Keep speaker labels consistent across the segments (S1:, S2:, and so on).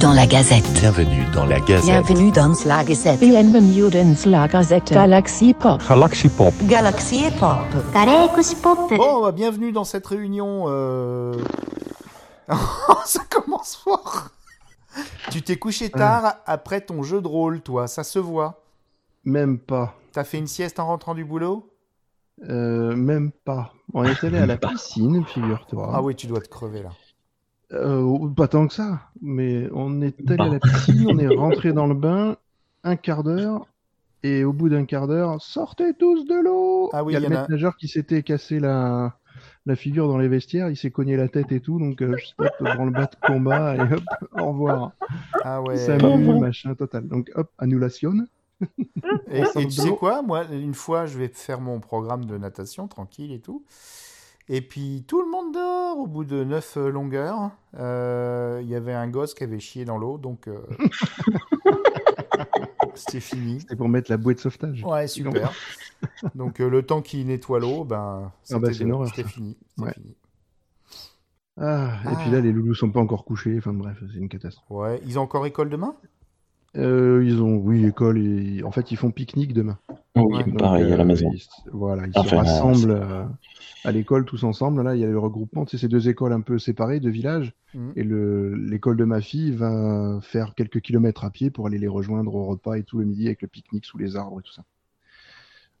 S1: dans la Gazette.
S2: Bienvenue dans la Gazette.
S1: Bienvenue dans la Gazette.
S3: Bienvenue dans la Gazette Galaxy Pop.
S2: Galaxy Pop.
S1: Galaxy et Pop.
S4: Bon, bah, bienvenue dans cette réunion. euh. ça commence fort. tu t'es couché tard après ton jeu de rôle, toi, ça se voit.
S5: Même pas.
S4: T'as fait une sieste en rentrant du boulot
S5: Euh, même pas. On est allé à la piscine, figure-toi.
S4: Bah. Ah oui, tu dois te crever là.
S5: Euh, pas tant que ça. Mais on est allé à
S6: Bah.
S5: la piscine, on est rentré dans le bain, un quart d'heure, et au bout d'un quart d'heure, sortez tous de l'eau
S4: Ah
S5: Il
S4: oui,
S5: y a
S4: il y
S5: le
S4: en a-
S5: maître nageur qui s'était cassé la... la figure dans les vestiaires, il s'est cogné la tête et tout, donc euh, je stop dans le bas de combat, et hop, au revoir.
S4: Ah ouais.
S5: Ça Samu, machin, total. Donc hop, annulation.
S4: Et,
S5: On
S4: et tu
S5: sort
S4: sais
S5: d'eau.
S4: quoi Moi, une fois, je vais faire mon programme de natation tranquille et tout. Et puis, tout le monde dort au bout de neuf euh, longueurs. Euh, Il y avait un gosse qui avait chié dans l'eau, donc euh, c'était fini.
S5: C'est pour mettre la bouée de sauvetage.
S4: Ouais, super. Donc, euh, le temps qu'il nettoie l'eau, ben, c'était
S5: bah, c'est
S4: de-
S5: une horreur,
S4: c'était
S5: ça.
S4: fini. C'était
S5: Ouais.
S4: fini.
S5: Ah, et puis
S4: Ah.
S5: là, les loulous sont pas encore couchés, enfin bref, c'est une catastrophe.
S4: Ouais. Ils ont encore école demain
S5: Euh, ils ont, oui, école. et- En fait, ils font pique-nique demain.
S6: Oui,
S4: Ouais.
S5: Donc,
S6: Oh, pareil, à la
S5: euh,
S6: maison. Ah,
S5: ils s- voilà, ils se
S6: Enfin,
S5: rassemblent euh, à l'école tous ensemble. Là, il y a le regroupement. C'est ces deux écoles un peu séparées, deux villages.
S4: Mhm.
S5: Et le- l'école de ma fille va faire quelques kilomètres à pied pour aller les rejoindre au repas et tout le midi avec le pique-nique sous les arbres et tout ça.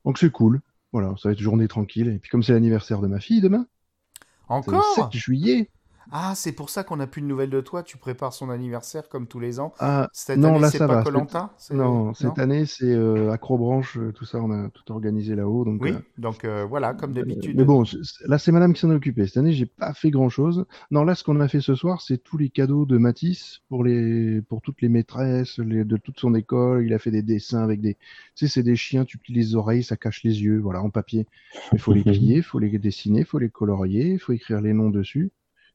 S5: Donc, c'est cool. Voilà, ça va être une journée tranquille. Et puis, comme c'est l'anniversaire de ma fille demain, c'est le
S4: Encore
S5: 7 juillet.
S4: Ah, c'est pour ça qu'on n'a plus de nouvelles de toi. Tu prépares son anniversaire comme tous les ans.
S5: Ah,
S4: Cette
S5: Non,
S4: année,
S5: là,
S4: c'est
S5: ça
S4: pas
S5: va.
S4: Colanta
S5: non, cette année, c'est euh, Acrobranche, euh, tout ça, on a tout organisé là-haut. Donc,
S4: Oui,
S5: euh,
S4: donc euh, voilà, comme d'habitude.
S5: Mais bon, c- c- là c'est madame qui s'en est occupée. Cette année, j'ai pas fait grand chose. Non, là ce qu'on a fait ce soir, c'est tous les cadeaux de Matisse pour les pour toutes les maîtresses les- de toute son école, il a fait des dessins avec des tu sais c'est des chiens, tu plies les oreilles, ça cache les yeux, voilà, en papier. Il faut les plier, faut les dessiner, faut les colorier, faut écrire les noms dessus.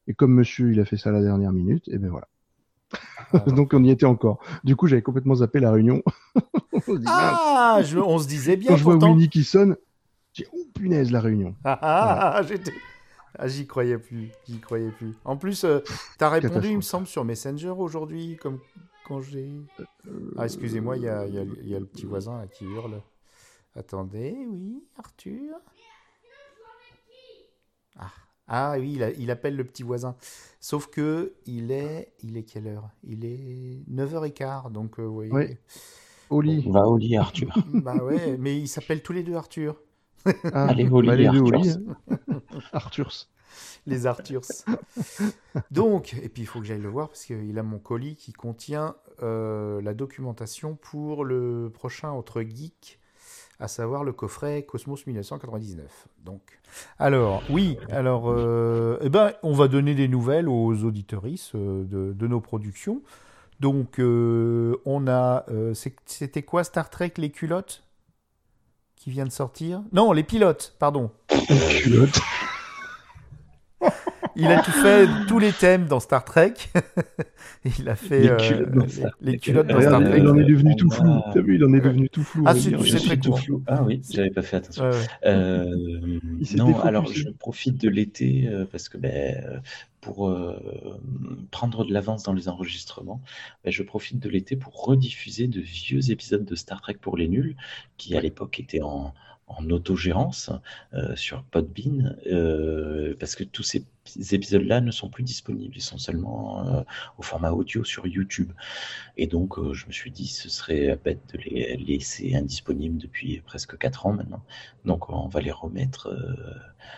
S5: Et comme monsieur, il a fait ça à la dernière minute, et ben voilà. Donc on y était encore. Du coup, j'avais complètement zappé la réunion. On se dit, mince.
S4: Ah, je- on se disait bien
S5: Quand je vois
S4: pourtant.
S5: Winnie qui sonne, j'ai oh punaise la réunion.
S4: Ah, ah, ah, j'étais- ah, j'y croyais plus, j'y croyais plus. En plus, euh, t'as répondu, il me
S5: Catastrophe.
S4: semble, sur Messenger aujourd'hui, comme quand j'ai. Ah, excusez-moi, il y a, il y a- il y a le petit voisin là, qui hurle. Attendez, oui, Arthur. Ah, Ah oui, il, a- il appelle le petit voisin. Sauf que il est, il est quelle heure Il est 9h15, donc euh, vous voyez.
S5: Ouais. Au lit.
S6: Va au lit, Arthur.
S4: Bah ouais, mais ils s'appellent tous les deux Arthur,
S5: Ah,
S6: Allez au lit,
S5: bah, les deux au
S6: Arthurs.
S5: lit, hein. Arthurs.
S4: les Arthurs. Donc, et puis il faut que j'aille le voir parce qu'il a mon colis qui contient euh, la documentation pour le prochain entre geek, à savoir le coffret Cosmos 1999. Donc, alors oui, alors, euh, eh ben, on va donner des nouvelles aux auditorices euh, de, de nos productions. Donc, euh, on a, euh, c'est- c'était quoi Star Trek les culottes qui vient de sortir Non, les pilotes, pardon.
S5: Culotte.
S4: Il a tout fait, tous les thèmes dans Star Trek. il a fait
S6: Les
S4: euh,
S6: culottes dans Star
S4: les, les
S6: Trek.
S4: culottes dans
S6: Ouais,
S4: Star
S5: Regarde,
S4: Trek.
S5: il en est devenu tout
S6: Ah.
S5: flou. T'as vu, il en est devenu tout flou.
S4: Ah,
S5: on va
S4: c'est-
S5: dire.
S4: c'est très
S6: tout
S4: court.
S6: flou. Ah oui, j'avais pas fait attention.
S4: Ouais, ouais.
S6: Euh,
S5: Il s'est
S6: non,
S5: défocusé.
S6: alors je profite de l'été euh, parce que ben, euh, pour euh, prendre de l'avance dans les enregistrements, ben, je profite de l'été pour rediffuser de vieux épisodes de Star Trek pour les nuls qui à l'époque étaient en, en autogérance euh, sur Podbean euh, parce que tous ces p- épisodes-là ne sont plus disponibles, ils sont seulement euh, au format audio sur YouTube. Et donc euh, je me suis dit ce serait bête de les laisser indisponibles depuis presque 4 ans maintenant. Donc on va les remettre euh,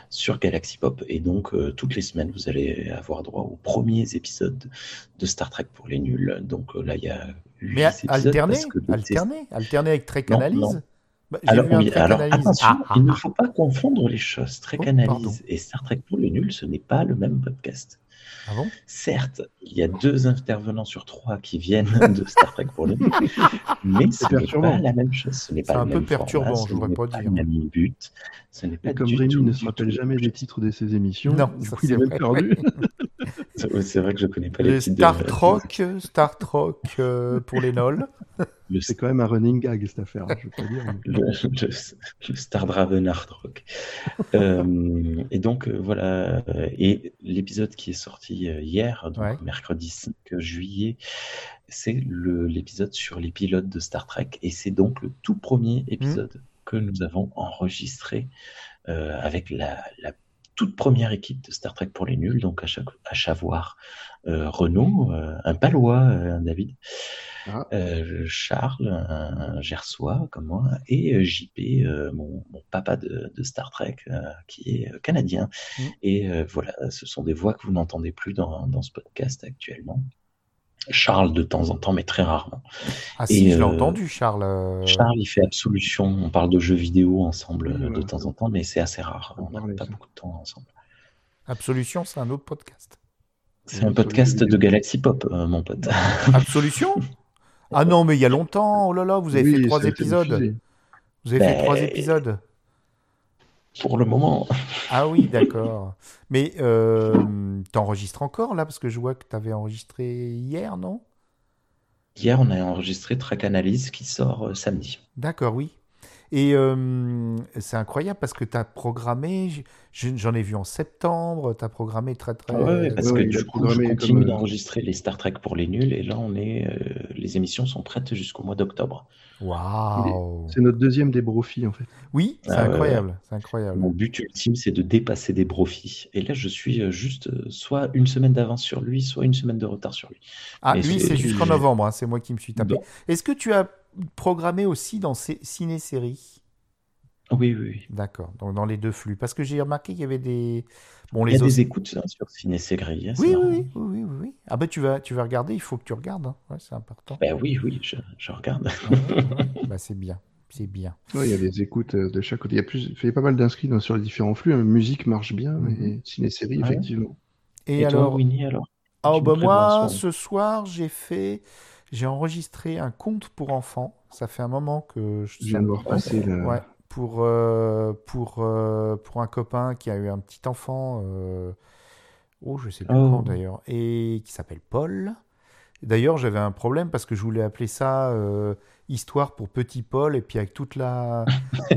S6: sur Galaxy Pop et donc euh, toutes les semaines vous allez avoir droit aux premiers épisodes de Star Trek pour les nuls. Donc euh, là il y a huit
S4: Mais a-
S6: épisodes
S4: alterner,
S6: parce que l'été-
S4: alterner, alterner avec Trek
S6: Non,
S4: Analyse.
S6: non.
S4: Bah, j'ai
S6: Alors,
S4: vu un
S6: oui,
S4: Trek
S6: alors
S4: Analyse.
S6: attention,
S4: Ah, ah,
S6: il ne
S4: ah.
S6: faut pas confondre les choses. Trek
S4: Oh, pardon.
S6: Analyse et Star Trek pour les nuls, ce n'est pas le même podcast.
S4: Ah bon
S6: Certes, il y a deux intervenants sur trois qui viennent de Star Trek pour le coup, mais ce
S5: C'est
S6: n'est
S5: perturbant.
S6: pas la même chose. Ce n'est
S4: C'est
S6: pas le
S4: un peu
S6: même format,
S4: perturbant,
S6: ce
S4: je voudrais
S6: n'est
S4: pas
S6: le
S4: dire.
S6: même but. Ce n'est pas
S5: Et comme
S6: du
S5: Rémi
S6: tout,
S5: ne
S6: du
S5: se rappelle
S6: tout la
S5: jamais
S6: même
S5: des
S6: chose.
S5: titres de ses émissions,
S4: Non,
S5: du
S4: ça,
S5: coup, il
S4: c'est
S5: est même
S4: vrai.
S5: perdu.
S6: Ouais, C'est vrai que je connais pas les
S4: Le
S6: titres de-
S4: Star Trek, Star Trek euh, pour les nolls.
S6: le,
S5: C'est quand même un running gag cette affaire, hein, je peux dire. mais-
S6: le, le- le Star Dravenard Rock. Euh, et donc, euh, voilà. euh, Et l'épisode qui est sorti euh, hier, donc
S4: Ouais.
S6: mercredi 5 juillet, c'est le- l'épisode sur les pilotes de Star Trek. Et c'est donc le tout premier épisode que nous avons enregistré euh, avec la, la toute première équipe de Star Trek pour les nuls, donc à, chaque, à Chavoir, euh, Renaud, euh, un Palois, euh, un David,
S5: Ah.
S6: euh, Charles, un Gersois comme moi, et euh, JP, euh, mon, mon papa de, de Star Trek, euh, qui est euh, canadien.
S5: Mmh.
S4: Mm.
S6: Et euh, voilà, ce sont des voix que vous n'entendez plus dans, dans ce podcast actuellement. Charles de temps en temps, mais très rarement.
S4: Ah si,
S6: Et,
S4: je l'ai
S6: euh,
S4: entendu, Charles. euh,
S6: Charles, il fait Absolution, on parle de jeux vidéo ensemble
S5: Oui,
S6: euh, de
S5: voilà.
S6: temps en temps, mais c'est assez rare,
S5: On
S6: on n'a
S5: parlait,
S6: pas
S5: ça.
S6: beaucoup de temps ensemble.
S4: Absolution, c'est un autre podcast.
S5: Oui,
S6: C'est un
S5: sur les jeux
S6: podcast de
S5: vidéo.
S6: Galaxy Pop, euh, mon pote.
S4: Absolution Ah non, mais il y a longtemps, oh là là, vous avez
S5: Oui,
S4: fait
S5: ça a
S4: trois
S5: été
S4: épisodes.
S5: diffusé.
S4: Vous avez fait
S6: Ben-
S4: trois épisodes.
S6: Pour le moment,
S4: Ah oui, d'accord. Mais euh, t'enregistres encore là parce que je vois que t'avais enregistré hier, non
S6: hier, on a enregistré Track Analyse qui sort euh, samedi.
S4: D'accord, oui. Et euh, c'est incroyable parce que t'as programmé, je- je- j'en ai vu en septembre, t'as programmé très très.
S6: Ah Ouais, ouais, Euh, parce
S5: ouais, ouais,
S6: que
S5: il a
S6: du coup, je
S5: programmé
S6: continue
S5: comme, euh,
S6: d'enregistrer les Star Trek pour les nuls, et là, on est, euh, les émissions sont prêtes jusqu'au mois d'octobre.
S4: Waouh
S5: C'est notre deuxième des brofis en fait.
S4: Oui, c'est
S6: Ah, ouais,
S4: incroyable, c'est
S5: Ah
S4: incroyable.
S6: Mon but ultime, c'est de dépasser des profits. Et là, je suis euh, juste euh, soit une semaine d'avance sur lui, soit une semaine de retard sur lui.
S4: Ah,
S6: Mais
S4: lui,
S6: c'est-
S4: c'est jusqu'en
S6: je-
S4: novembre, hein, c'est moi qui me suis tapé.
S6: Bon.
S4: Est-ce que tu as programmé aussi dans ces ciné-séries
S6: Oui, oui, oui.
S4: D'accord, donc dans les deux flux. Parce que j'ai remarqué qu'il y avait des. Bon,
S6: Il y a
S4: les autres.
S6: des écoutes hein, sur Ciné Ségréé, hein, c'est
S4: Oui,
S6: marrant.
S4: oui, oui, oui, oui, oui. Ah ben tu vas, tu vas regarder, il faut que tu regardes, hein. Ouais, c'est important.
S6: Ben oui, oui, je, je regarde.
S4: Ouais, ouais. bah, c'est bien, c'est bien.
S5: Ouais, il y a des écoutes euh, de chaque côté. Il y a plus, il y a pas mal d'inscrits dans- sur les différents flux. hein. Musique marche bien,
S4: Mhm.
S5: mais ciné-série,
S6: Ah ouais.
S5: effectivement.
S4: Et,
S6: Et,
S4: alors,
S6: toi, Winnie, alors?
S4: ah,
S6: tu me
S4: bah,
S6: prévois un
S4: moi,
S6: soir
S4: ce soir, j'ai fait, j'ai enregistré un conte pour enfants. Ça fait un moment que je
S5: Je viens de voir passer la-
S4: Ouais, pour, euh, pour, euh, pour un copain qui a eu un petit enfant, euh, oh, je sais plus
S6: Oh.
S4: quand d'ailleurs, et qui s'appelle Paul. D'ailleurs, j'avais un problème parce que je voulais appeler ça euh, Histoire pour Petit Paul, et puis avec toute la.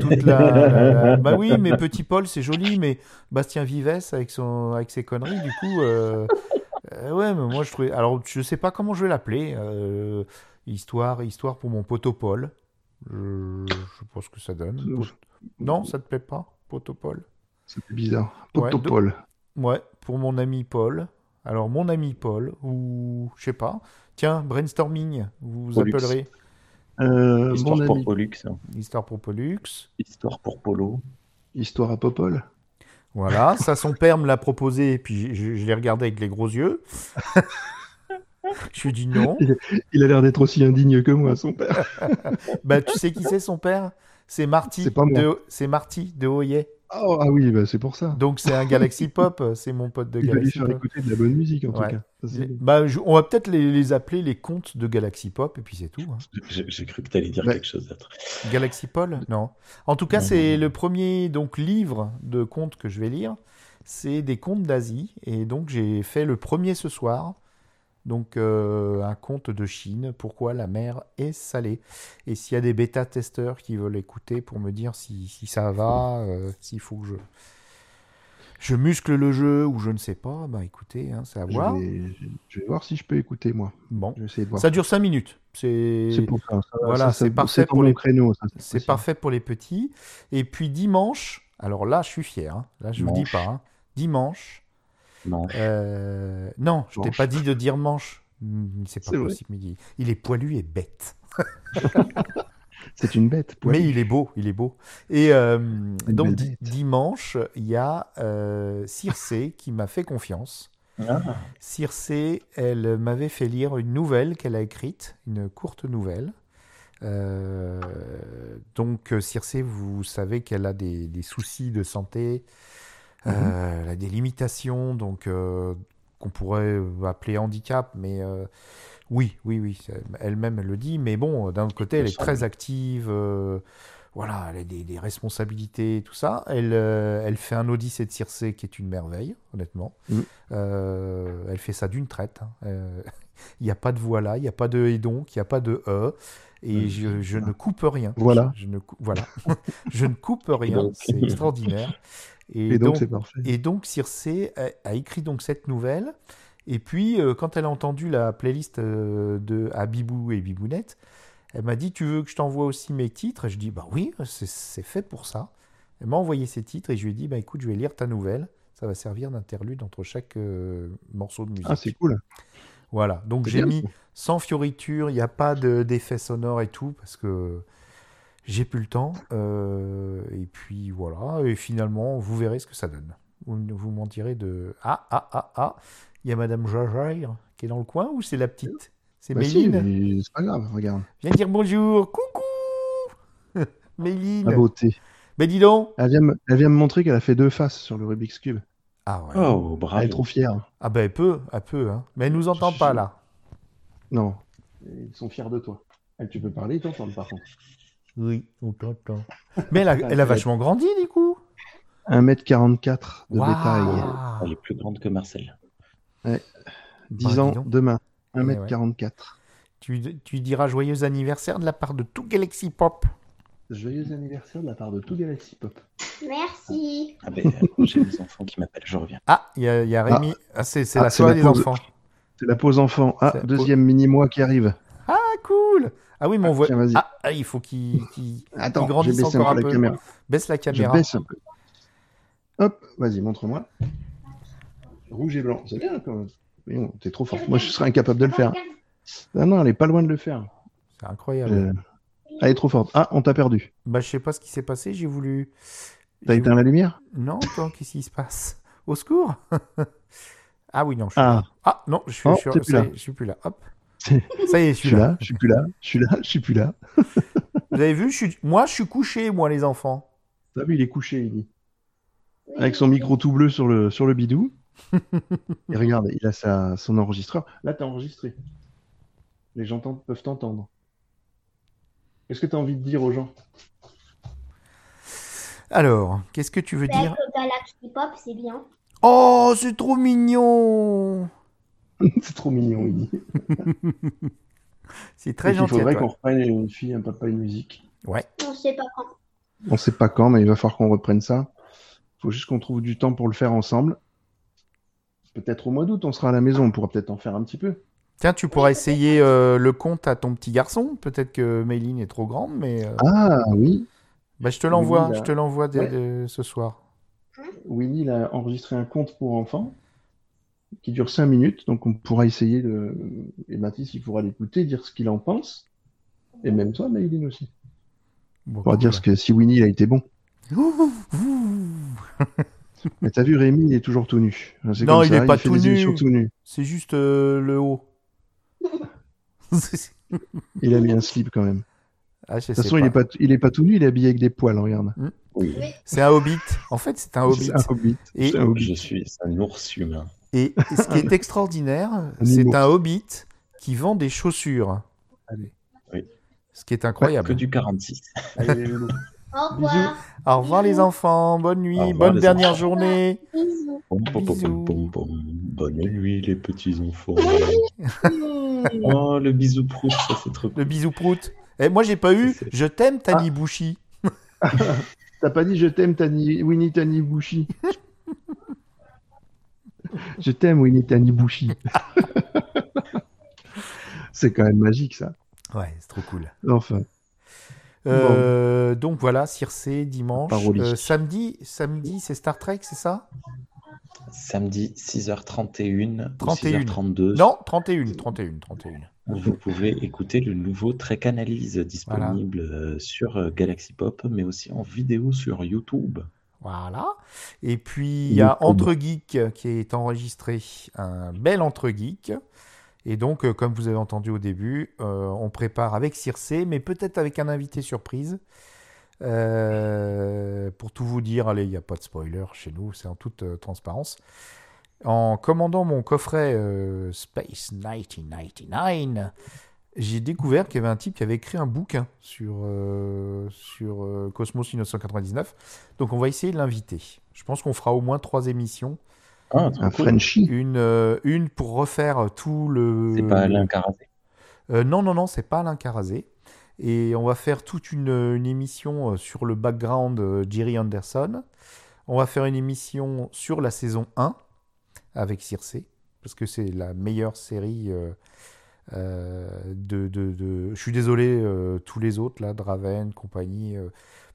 S4: Toute la, la- la- Bah oui, mais Petit Paul, c'est joli, mais Bastien Vives avec, son, avec ses conneries, du coup. euh, euh, ouais, mais moi je trouvais. Alors, je sais pas comment je vais l'appeler. euh, histoire, histoire pour mon poteau Paul. Je, je pense que ça donne.
S5: Euh,
S4: Non, ça te plaît pas, poteau Paul
S5: C'est bizarre.
S4: Ouais,
S5: Potopole.
S4: Ouais, pour mon ami Paul. Alors, mon ami Paul, ou je sais pas. Tiens, brainstorming, vous vous
S6: Pollux.
S4: appellerez.
S5: Euh,
S6: Histoire
S5: mon
S6: pour
S5: ami,
S6: Pollux, hein.
S4: Histoire pour Pollux.
S6: Histoire pour Polo.
S5: histoire à Popol.
S4: Voilà, ça, son père me l'a proposé, et puis je, je l'ai regardé avec les gros yeux. je lui ai dit non.
S5: Il a l'air d'être aussi indigne que moi, son père.
S4: Bah, tu sais qui c'est, son père C'est Marty.
S5: C'est pas moi.
S4: de- C'est Marty de Hoyet.
S5: Oh, ah oui, bah, c'est pour ça.
S4: Donc, c'est un Galaxy Pop, c'est mon pote de
S5: Il va lui
S4: Galaxy
S5: faire
S4: Pop.
S5: écouter de la bonne musique, en
S4: Ouais.
S5: tout cas. Ça, c'est-
S4: Bah, je- on va peut-être les, les appeler les contes de Galaxy Pop, et puis c'est tout. hein.
S6: J'ai j'ai cru que t'allais dire
S5: Ouais.
S6: quelque chose d'autre.
S4: Galaxy Paul Non. En tout cas,
S6: Non,
S4: c'est
S6: non.
S4: le premier donc livre de contes que je vais lire. C'est des contes d'Asie. Et donc, j'ai fait le premier ce soir. Donc, euh, un conte de Chine. Pourquoi la mer est salée Et s'il y a des bêta-testeurs qui veulent écouter pour me dire si, si ça va, euh, s'il faut que je. Je muscle le jeu ou je ne sais pas, bah écoutez, hein, c'est à
S5: Je
S4: voir.
S5: vais, je vais voir si je peux écouter, moi.
S4: Bon,
S5: Je vais essayer de voir.
S4: ça dure 5 minutes. C'est
S5: c'est pour ça. ça va,
S4: voilà,
S5: ça,
S4: c'est
S5: ça-
S4: parfait
S5: dans
S4: pour
S5: mon
S4: les-
S5: créneau. ça,
S4: C'est
S5: possible.
S4: parfait pour les petits. Et puis dimanche, alors là, je suis fier. hein. Là, je vous dis
S6: Manche.
S4: pas. hein. Dimanche.
S6: Non.
S4: euh, Non, je t'ai
S5: Manche.
S4: pas dit de dire manche. Hmm, C'est pas
S5: C'est vrai.
S4: possible, Miguel. Il est poilu et bête.
S5: C'est une bête. poil.
S4: Mais il est beau, il est beau. Et euh,
S5: Une
S4: donc
S5: belle
S4: di-
S5: bête.
S4: dimanche, il y a euh, Circé qui m'a fait confiance.
S6: Ah,
S4: Circé, elle m'avait fait lire une nouvelle qu'elle a écrite, une courte nouvelle. Euh, donc euh, Circé, vous savez qu'elle a des, des soucis de santé, euh,
S5: Mhm.
S4: elle a des limitations, donc euh, qu'on pourrait euh, appeler handicap, mais euh, oui, oui, oui, elle- elle-même elle le dit. Mais bon, d'un autre côté, elle est
S6: semble.
S4: très active. euh, voilà, elle a des, des responsabilités et tout ça. Elle, euh, elle fait un Odyssée de Circé qui est une merveille, honnêtement.
S5: Mhm.
S4: Euh, elle fait ça d'une traite. hein. Euh, Il n'y a pas de voilà, il n'y a pas de et donc, il n'y a pas de e. Et
S6: Mhm.
S4: je, je ne coupe rien.
S5: Euh, Voilà.
S4: Je, je ne, cou- voilà. je ne coupe rien.
S6: donc.
S4: C'est extraordinaire.
S5: Et, donc, c'est parfait.
S4: Et donc Circé a, a écrit donc cette nouvelle. Et puis euh, quand elle a entendu la playlist euh, de à Bibou et Bibounette, elle m'a dit tu veux que je t'envoie aussi mes titres Et je dis bah oui, c'est- c'est fait pour ça. Elle m'a envoyé ses titres et je lui ai dit bah écoute, je vais lire ta nouvelle. Ça va servir d'interlude entre chaque euh, morceau de musique.
S5: Ah, c'est cool.
S4: Voilà. Donc
S5: C'est
S4: j'ai
S5: bien,
S4: mis
S5: ça.
S4: sans fioriture, il n'y a pas de- d'effet sonore et tout, parce que j'ai plus le temps. Euh, et puis voilà. Et finalement, vous verrez ce que ça donne. Vous, vous m'en direz de. Ah, ah, ah, ah. Il y a Madame Jajaire qui est dans le coin ou c'est la petite C'est
S5: Bah si,
S4: Méline
S5: mais c'est pas grave, regarde.
S4: Viens dire bonjour. Coucou Méline.
S5: La beauté.
S4: Mais dis donc
S5: Elle vient, me, elle vient me montrer qu'elle a fait deux faces sur le Rubik's Cube.
S4: Ah ouais.
S6: Oh,
S5: Elle est
S6: bravo.
S5: trop fière.
S4: Ah ben, elle peut, elle peut. Hein. Mais elle nous entend
S5: Je-
S4: pas là.
S5: Non. Ils sont fiers de toi. Elle, tu peux parler, ils t'entendent par contre.
S4: Oui, on t'entend. Mais elle a, elle a vachement grandi du coup.
S5: 1m44 de bétail.
S4: Waouh. Bah,
S6: Elle est plus grande que Marcel.
S5: 10
S4: Bah, dis
S5: ans
S4: donc.
S5: demain.
S4: ouais.
S5: 1m44.
S4: Tu, tu diras joyeux anniversaire de la part de tout Galaxy Pop.
S5: Joyeux anniversaire de la part de tout Galaxy Pop.
S2: Merci.
S6: Ah ben, j'ai des enfants qui m'appellent, je reviens.
S4: Ah, il y, a- il y a Rémi. Ah, c'est c'est
S5: Ah,
S4: la
S5: c'est
S4: soirée
S5: la
S4: des
S5: pause.
S4: enfants.
S5: C'est la pause enfant. Ah,
S4: C'est-
S5: deuxième mini-mois qui arrive.
S4: Ah, cool. Ah oui, mon voix.
S5: tiens, vas-y.
S4: Ah, ah, il faut qu'il qu'il
S5: Attends,
S4: grandit
S5: j'ai baissé un
S4: encore
S5: peu la
S4: un peu.
S5: caméra.
S4: baisse la
S5: Je
S4: caméra.
S5: baisse un peu. Hop, vas-y, montre-moi. Rouge et blanc, c'est bien quand même. Mais bon, t'es trop fort. Moi, je serais incapable de le faire. Ah Non, non, elle est pas loin de le faire.
S4: C'est incroyable.
S5: Euh, Elle est trop forte. Ah, on t'a perdu.
S4: Bah, je sais pas ce qui s'est passé. J'ai voulu.
S5: T'as
S4: j'ai
S5: éteint la lumière
S4: voulu- Non, attends, qu'est-ce qui se passe Au secours Ah oui, non, je suis
S5: Ah,
S4: là. Ah non, je suis,
S5: Oh,
S4: je suis-
S5: t'es plus
S4: ça y
S5: là.
S4: est, je suis plus là. Hop.
S5: C'est-
S4: Ça y est, je
S5: je
S4: suis
S5: suis
S4: là.
S5: là, je suis plus là, je suis là, je suis plus là.
S4: Vous avez vu, je suis... moi, je suis couché, moi, les enfants.
S5: T'as vu, il est couché, il est. Avec son micro tout bleu sur le, sur le bidou. et regarde, il a sa, son enregistreur. Là, t'as enregistré. Les gens t'en- peuvent t'entendre. Qu'est-ce que t'as envie de dire aux gens
S4: Alors, qu'est-ce que tu veux
S2: Bah,
S4: dire
S2: que Galaxy Pop, c'est bien.
S4: Oh, c'est trop mignon
S5: C'est trop mignon, il dit.
S4: C'est très
S5: Et qu'il
S4: gentil. à
S5: faudrait
S4: toi.
S5: qu'on reprenne une fille, un papa, une musique.
S2: On sait pas quand.
S5: On sait pas quand, mais il va falloir qu'on reprenne ça. faut juste qu'on trouve du temps pour le faire ensemble. Peut-être au mois d'août, on sera à la maison, on pourra peut-être en faire un petit peu.
S4: Tiens, tu pourras essayer euh, le compte à ton petit garçon. Peut-être que Méline est trop grande, mais euh,
S5: Ah oui,
S4: bah, je te l'envoie.
S5: Méline,
S4: Je te l'envoie dès-
S5: ouais.
S4: dès ce soir.
S5: Winnie il a enregistré un conte pour enfants qui dure 5 minutes, donc on pourra essayer de. Et Mathis, il pourra l'écouter, dire ce qu'il en pense. Et même toi, Maïline aussi.
S4: Bon, bah,
S5: On pourra
S4: cool.
S5: dire ce que, si Winnie il a été bon.
S4: Ouh, ouh.
S5: Mais t'as vu, Rémi, il est toujours tout nu. Hein, c'est
S4: Non,
S5: comme
S4: il
S5: ça,
S4: est pas
S5: fait
S4: tout
S5: des
S4: nu.
S5: émissions tout nu.
S4: C'est juste euh, le haut. Ah,
S5: Il a mis un slip quand même.
S4: Ah, je
S5: De
S4: sais
S5: toute façon, il est, pas, il est pas tout nu, il est habillé avec des poils, regarde.
S6: Oui,
S4: C'est un hobbit. En fait, c'est un hobbit.
S5: C'est un hobbit.
S4: Et-
S5: C'est un hobbit.
S6: je suis c'est un ours humain.
S4: Et ce qui est extraordinaire,
S5: Un
S4: c'est
S5: humour.
S4: un hobbit qui vend des chaussures.
S5: Allez.
S6: Oui.
S4: Ce qui est
S6: Que
S4: incroyable.
S6: du 46.
S5: Allez, les loulous.
S2: Au revoir.
S4: Au revoir les enfants, bonne nuit,
S6: Au revoir,
S4: bonne
S6: les
S4: dernière
S6: enfants.
S4: journée.
S2: Bisous.
S6: Pom, pom, pom, pom, pom, pom. Bonne nuit les petits enfants. oh le bisou proust, ça c'est trop
S4: Ah Le bisou prout. Et moi j'ai pas eu
S6: C'est-
S4: je t'aime Tani Bouchi.
S5: T'as pas dit je t'aime Tani... Winnie Tanibushi. je t'aime Winnie Tanibushi. c'est quand même magique ça.
S4: Ouais, c'est trop cool.
S5: Enfin,
S4: Euh, donc voilà, Circé dimanche,
S5: Parolique.
S4: Euh, samedi, samedi c'est Star Trek, c'est ça
S6: Samedi 6h31 ou
S4: 31.
S6: 6h32.
S4: Non, 31, 31, 31.
S6: Vous pouvez écouter le nouveau Trek Analyse disponible euh, sur euh, Galaxy Pop, mais aussi en vidéo sur YouTube.
S4: Voilà. Et puis il y a
S5: YouTube.
S4: Entre Geeks qui est enregistré, un bel Entre Geeks. Et donc, euh, comme vous avez entendu au début, euh, on prépare avec Circé, mais peut-être avec un invité surprise. Euh, pour tout vous dire, allez, il n'y a pas de spoiler chez nous, c'est en toute euh, transparence. En commandant mon coffret euh, Space 1999, j'ai découvert qu'il y avait un type qui avait écrit un bouquin sur, euh, sur euh, euh, Cosmos 1999. Donc on va essayer de l'inviter. Je pense qu'on fera au moins trois émissions.
S6: Ah, trop
S5: Un
S6: cool.
S5: Frenchie.
S4: Une, euh, une pour refaire tout le.
S6: C'est pas Alain Carazé.
S4: Euh, non, non, non, c'est pas Alain Carazé. Et on va faire toute une, une émission euh, sur le background euh, Jerry Anderson. On va faire une émission sur la saison 1 avec Circe, parce que c'est la meilleure série euh, euh, de, de- de- Je suis désolé, euh, tous les autres, là, Draven, compagnie. euh,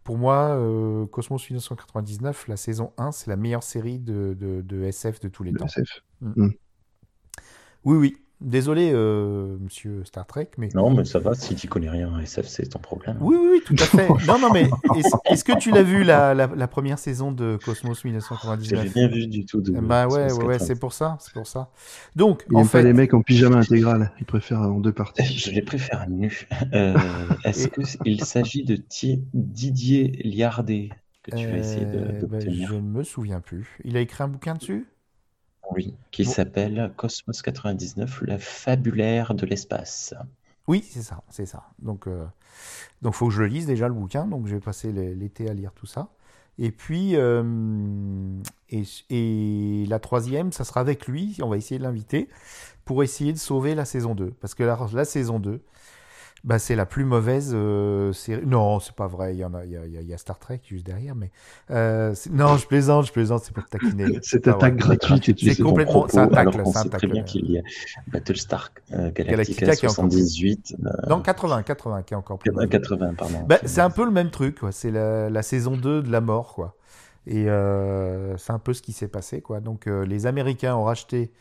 S4: pour moi, euh, Cosmos 1999, la saison 1, c'est la meilleure série de, de- de SF de tous les
S5: de
S4: temps.
S5: SF.
S4: Oui, oui. Désolé, euh, monsieur Star Trek, mais
S6: Non, mais ça va, si tu connais rien en SF, c'est ton problème.
S4: Oui, oui, oui, tout à fait. Non, non, mais est-ce est-ce que tu l'as vu, la, la, la première saison de Cosmos
S6: J'avais
S4: 1999
S6: bien vu du tout de.
S4: Bah ouais,
S6: Cosmos
S4: ouais, ouais,
S6: 90.
S4: c'est pour ça, c'est pour ça. Donc,
S5: Il
S4: en
S5: aime pas les
S4: fait, Eh,
S5: mecs en pyjama intégral. Il préfère en deux parties.
S6: Je les préfère nus. Euh, Est-ce qu'il s'agit de Thi- Didier Liardet que tu vas essayer de-
S4: euh, bah,
S6: d'obtenir
S4: je ne me souviens plus. Il a écrit un bouquin dessus
S6: Oui, qui
S4: Bon.
S6: s'appelle Cosmos 99, la fabulaire de l'espace.
S4: Oui, c'est ça, c'est ça. Donc, euh, donc, faut que je le lise déjà le bouquin. Donc, je vais passer l'é- l'été à lire tout ça. Et puis, euh, et, et la troisième, ça sera avec lui. On va essayer de l'inviter pour essayer de sauver la saison 2. Parce que la, la saison 2, bah, c'est la plus mauvaise euh, série. Non, c'est pas vrai. Il y en a, il y a, il y a- il y a Star Trek juste derrière. Mais euh, c'est- non, je plaisante, je plaisante. C'est pour te taquiner.
S5: Cette
S4: Ah ouais.
S5: attaque gratuite et tu
S4: C'est
S5: sais,
S4: complètement-
S6: Mon propos,
S4: c'est un tacle,
S6: alors qu'on
S4: c'est un
S6: sait très
S4: tacle.
S6: bien qu'il y a Battlestar euh, Galactica,
S4: euh, Galactica qui est en
S6: 78, euh,
S4: Dans 80, 80 qui est encore plus. mauvaise.
S6: 80, pardon.
S4: Bah, c'est un peu le même truc, quoi. C'est la, la saison 2 de la mort, quoi. Et euh, c'est un peu ce qui s'est passé, quoi. Donc euh, les Américains ont racheté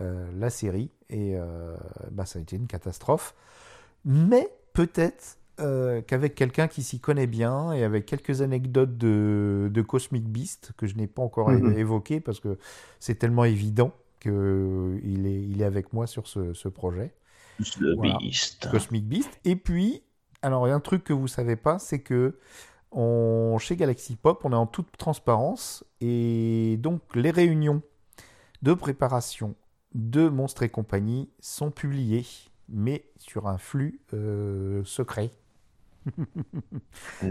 S4: euh, la série et euh, bah, ça a été une catastrophe. Mais peut-être euh, qu'avec quelqu'un qui s'y connaît bien et avec quelques anecdotes de, de Cosmic Beast que je n'ai pas encore é-
S5: Mhm.
S4: évoquées parce que c'est tellement évident qu'il est, il est avec moi sur ce- ce projet.
S6: Le
S4: voilà.
S6: Beast.
S4: Cosmic Beast. Et puis, alors, il y a un truc que vous savez pas, c'est que on, chez Galaxy Pop, on est en toute transparence. Et donc, les réunions de préparation de Monstres et compagnie sont publiées, mais sur un flux euh, secret.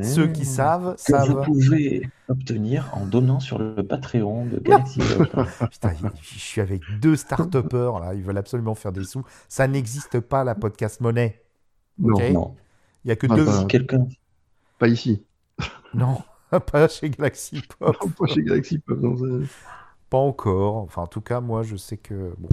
S4: Ceux qui savent,
S6: que vous
S4: savent.
S6: pouvez obtenir en donnant sur le Patreon de Galaxy Pop.
S4: Putain, il- je suis avec deux start uppers là, ils veulent absolument faire des sous. Ça n'existe pas, la podcast monnaie.
S5: Non,
S4: Ok
S6: Non,
S4: Il n'y a que
S5: Ah
S4: deux.
S5: bah.
S6: si quelqu'un
S5: pas ici.
S4: Non, pas chez Galaxy Pop.
S5: Pas chez Galaxy Pop, non, ça-
S4: Pas encore. Enfin, en tout cas, moi, je sais que bon,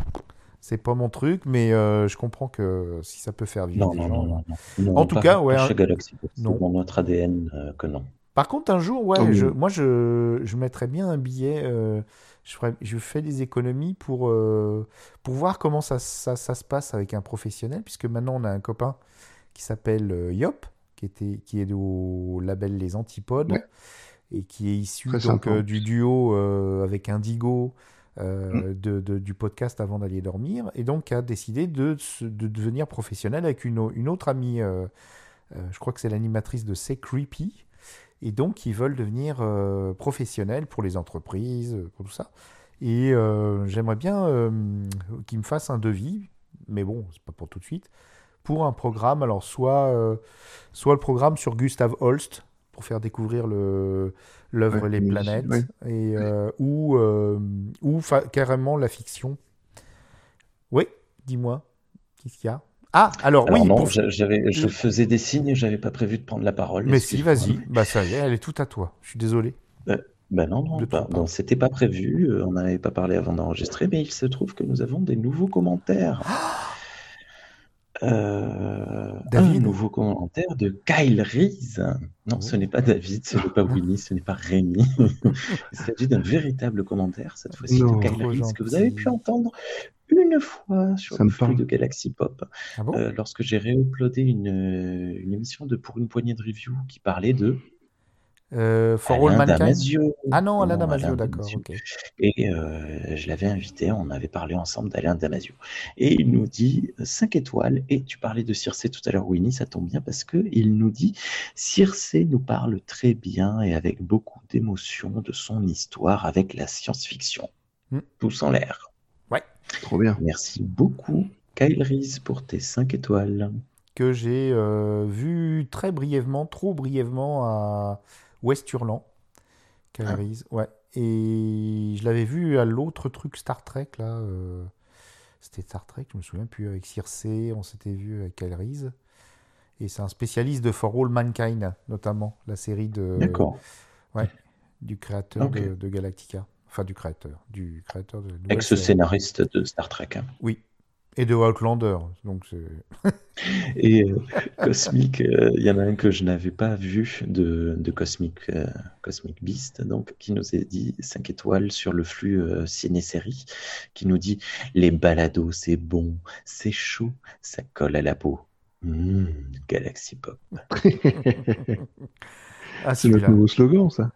S4: c'est pas mon truc, mais euh, je comprends que si ça peut faire vivre
S6: Non,
S4: des gens.
S6: non, non, non, non.
S4: En
S6: Non,
S4: tout
S6: pas-
S4: cas,
S6: pas
S4: ouais,
S6: chez
S4: un-
S6: Galaxy Pop, c'est
S4: non.
S6: dans notre ADN euh, que non.
S4: Par contre, un jour, ouais,
S5: Ah oui.
S4: je- moi, je, je mettrais bien un billet. euh, je, ferais- je fais des économies pour, euh, pour voir comment ça, ça, ça se passe avec un professionnel, puisque maintenant, on a un copain qui s'appelle euh, Yop, qui, était, qui est au label Les Antipodes,
S5: Ouais.
S4: et qui est issu
S5: Très
S4: donc,
S5: sympa.
S4: euh, du duo euh, avec Indigo. euh,
S5: Mm.
S4: de, de- du podcast avant d'aller dormir et donc a décidé de, se- de devenir professionnel avec une, au- une autre amie euh, euh, je crois que c'est l'animatrice de C'est Creepy et donc ils veulent devenir euh, professionnels pour les entreprises euh, pour tout ça et euh, j'aimerais bien euh, qu'ils me fassent un devis mais bon c'est pas pour tout de suite pour un programme. Alors, soit, euh, soit le programme sur Gustave Holst, pour faire découvrir le- l'œuvre
S5: Ouais,
S4: Les
S5: mais-
S4: Planètes,
S5: ouais.
S4: et, euh, ou, euh, ou fa- carrément la fiction. Oui, dis-moi, qu'est-ce qu'il y a Ah, alors,
S6: Alors
S4: oui,
S6: non,
S4: pour-
S6: j'a- j'avais, je faisais des signes et j'avais pas prévu de prendre la parole.
S4: mais si,
S6: excuse-moi.
S4: vas-y, bah ça y est, elle est tout à toi. Je suis désolé.
S6: Ben non, non,
S4: De
S6: pas-
S4: trop,
S6: non, c'était pas prévu, euh, on n'avait pas parlé avant d'enregistrer, mais il se trouve que nous avons des nouveaux commentaires. Euh, un
S4: David Oh.
S6: nouveau commentaire de Kyle Reese. Non, ce n'est pas David, ce n'est pas Winnie, ce n'est pas Rémi. Il s'agit d'un véritable commentaire, cette fois-ci,
S5: Non.
S6: de Kyle
S4: Trop
S6: Reese, que vous
S4: gentil.
S6: avez pu entendre une fois sur
S5: Ça
S6: le
S5: me
S6: flux
S5: parle.
S6: de Galaxy Pop.
S4: Ah bon
S6: Euh, lorsque j'ai réuploadé une, euh, une émission de Pour une poignée de review qui parlait de
S4: Euh, For All
S6: Alain
S4: Mankind
S6: Damasio.
S4: Ah non, Alain
S6: Non,
S4: Damasio,
S6: Alain
S4: d'accord,
S6: Damasio.
S4: ok.
S6: Et euh, je l'avais invité, on avait parlé ensemble d'Alain Damasio. Et il nous dit 5 étoiles, et tu parlais de Circé tout à l'heure, Winnie, ça tombe bien parce que il nous dit Circé nous parle très bien et avec beaucoup d'émotion de son histoire avec la science-fiction.
S4: Hmm.
S6: Tous en l'air.
S5: Trop bien.
S4: Ah,
S6: Merci beaucoup, Kyle Reese, pour tes 5 étoiles.
S4: que j'ai euh, vu très brièvement, trop brièvement à Westurland, Canaries. Ouais. Et je l'avais vu à l'autre truc Star Trek, là. euh, C'était Star Trek, je me souviens plus, avec Circe, on s'était vu avec Canaries. Et c'est un spécialiste de For All Mankind, notamment, la série de,
S6: D'accord.
S4: du créateur
S6: Ok.
S4: de, de Galactica. Enfin, du créateur. Du créateur de la nouvelle série.
S6: Ex-scénariste de Star Trek. hein.
S4: Oui. Et de Outlander. Donc, c'est-
S6: Et euh, Cosmic, euh, il y en a un que je n'avais pas vu de, de Cosmic, euh, Cosmic Beast, donc, qui nous a dit 5 étoiles sur le flux euh, ciné-série, qui nous dit Les balados, c'est bon, c'est chaud, ça colle à la peau. Mmh, Galaxy Pop.
S4: Ah,
S5: C'est notre
S4: celui-là.
S5: nouveau slogan, ça.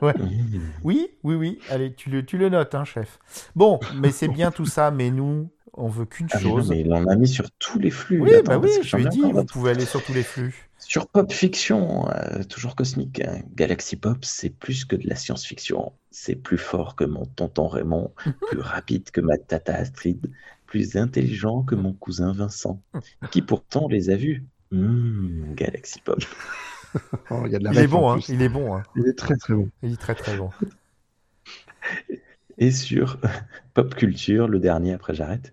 S6: Mmh.
S4: Oui, oui, oui. Allez, tu le, tu le notes, hein, chef. Bon, mais c'est bien tout ça, mais nous, on veut qu'une
S6: Ah, mais non,
S4: chose.
S6: mais il en a mis sur tous les flux.
S4: Oui,
S6: Attends,
S4: bah oui,
S6: parce que
S4: je
S6: j'en
S4: lui ai
S6: ai
S4: dit,
S6: encore
S4: vous
S6: d'autres.
S4: pouvez aller sur tous les flux.
S6: Sur Pop Fiction, euh, toujours cosmique, hein. Galaxy Pop, c'est plus que de la science-fiction. C'est plus fort que mon tonton Raymond, plus rapide que ma tata Astrid, plus intelligent que mon cousin Vincent, qui pourtant les a vus. Mmh, Galaxy Pop.
S5: Oh, il y a de la
S4: Il est
S5: ref, en
S4: bon, hein,
S5: plus.
S4: il est bon, hein.
S5: Il est très très bon.
S4: Il est très très bon.
S6: Et sur Pop Culture, le dernier, après j'arrête.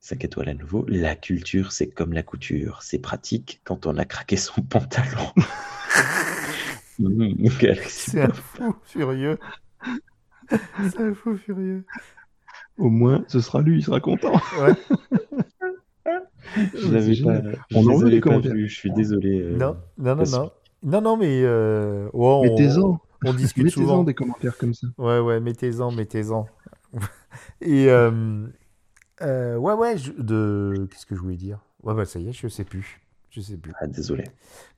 S6: 5 étoiles à nouveau. La culture, c'est comme la couture. C'est pratique quand on a craqué son pantalon. Mmh, Galaxy
S4: C'est un fou furieux. C'est un fou furieux.
S5: Au moins, ce sera lui, il sera content.
S4: Ouais.
S6: Je l'avais
S5: C'est
S6: pas.
S5: génial.
S6: je
S5: On en
S6: les
S5: veut
S6: avais
S5: des
S6: pas
S5: commentaires.
S6: vus, Je suis désolé. euh,
S4: Non, non, non,
S6: Cosmic.
S4: non. Non, non, mais euh, oh, on,
S5: Mettez-en.
S4: on discute souvent.
S5: Mettez-en des commentaires comme ça.
S4: Ouais, ouais, mettez-en, mettez-en. Et euh, euh, ouais, ouais, je- de... qu'est-ce que je voulais dire? Ouais, bah ça y est, je sais plus. Je sais plus.
S6: Ah, désolé.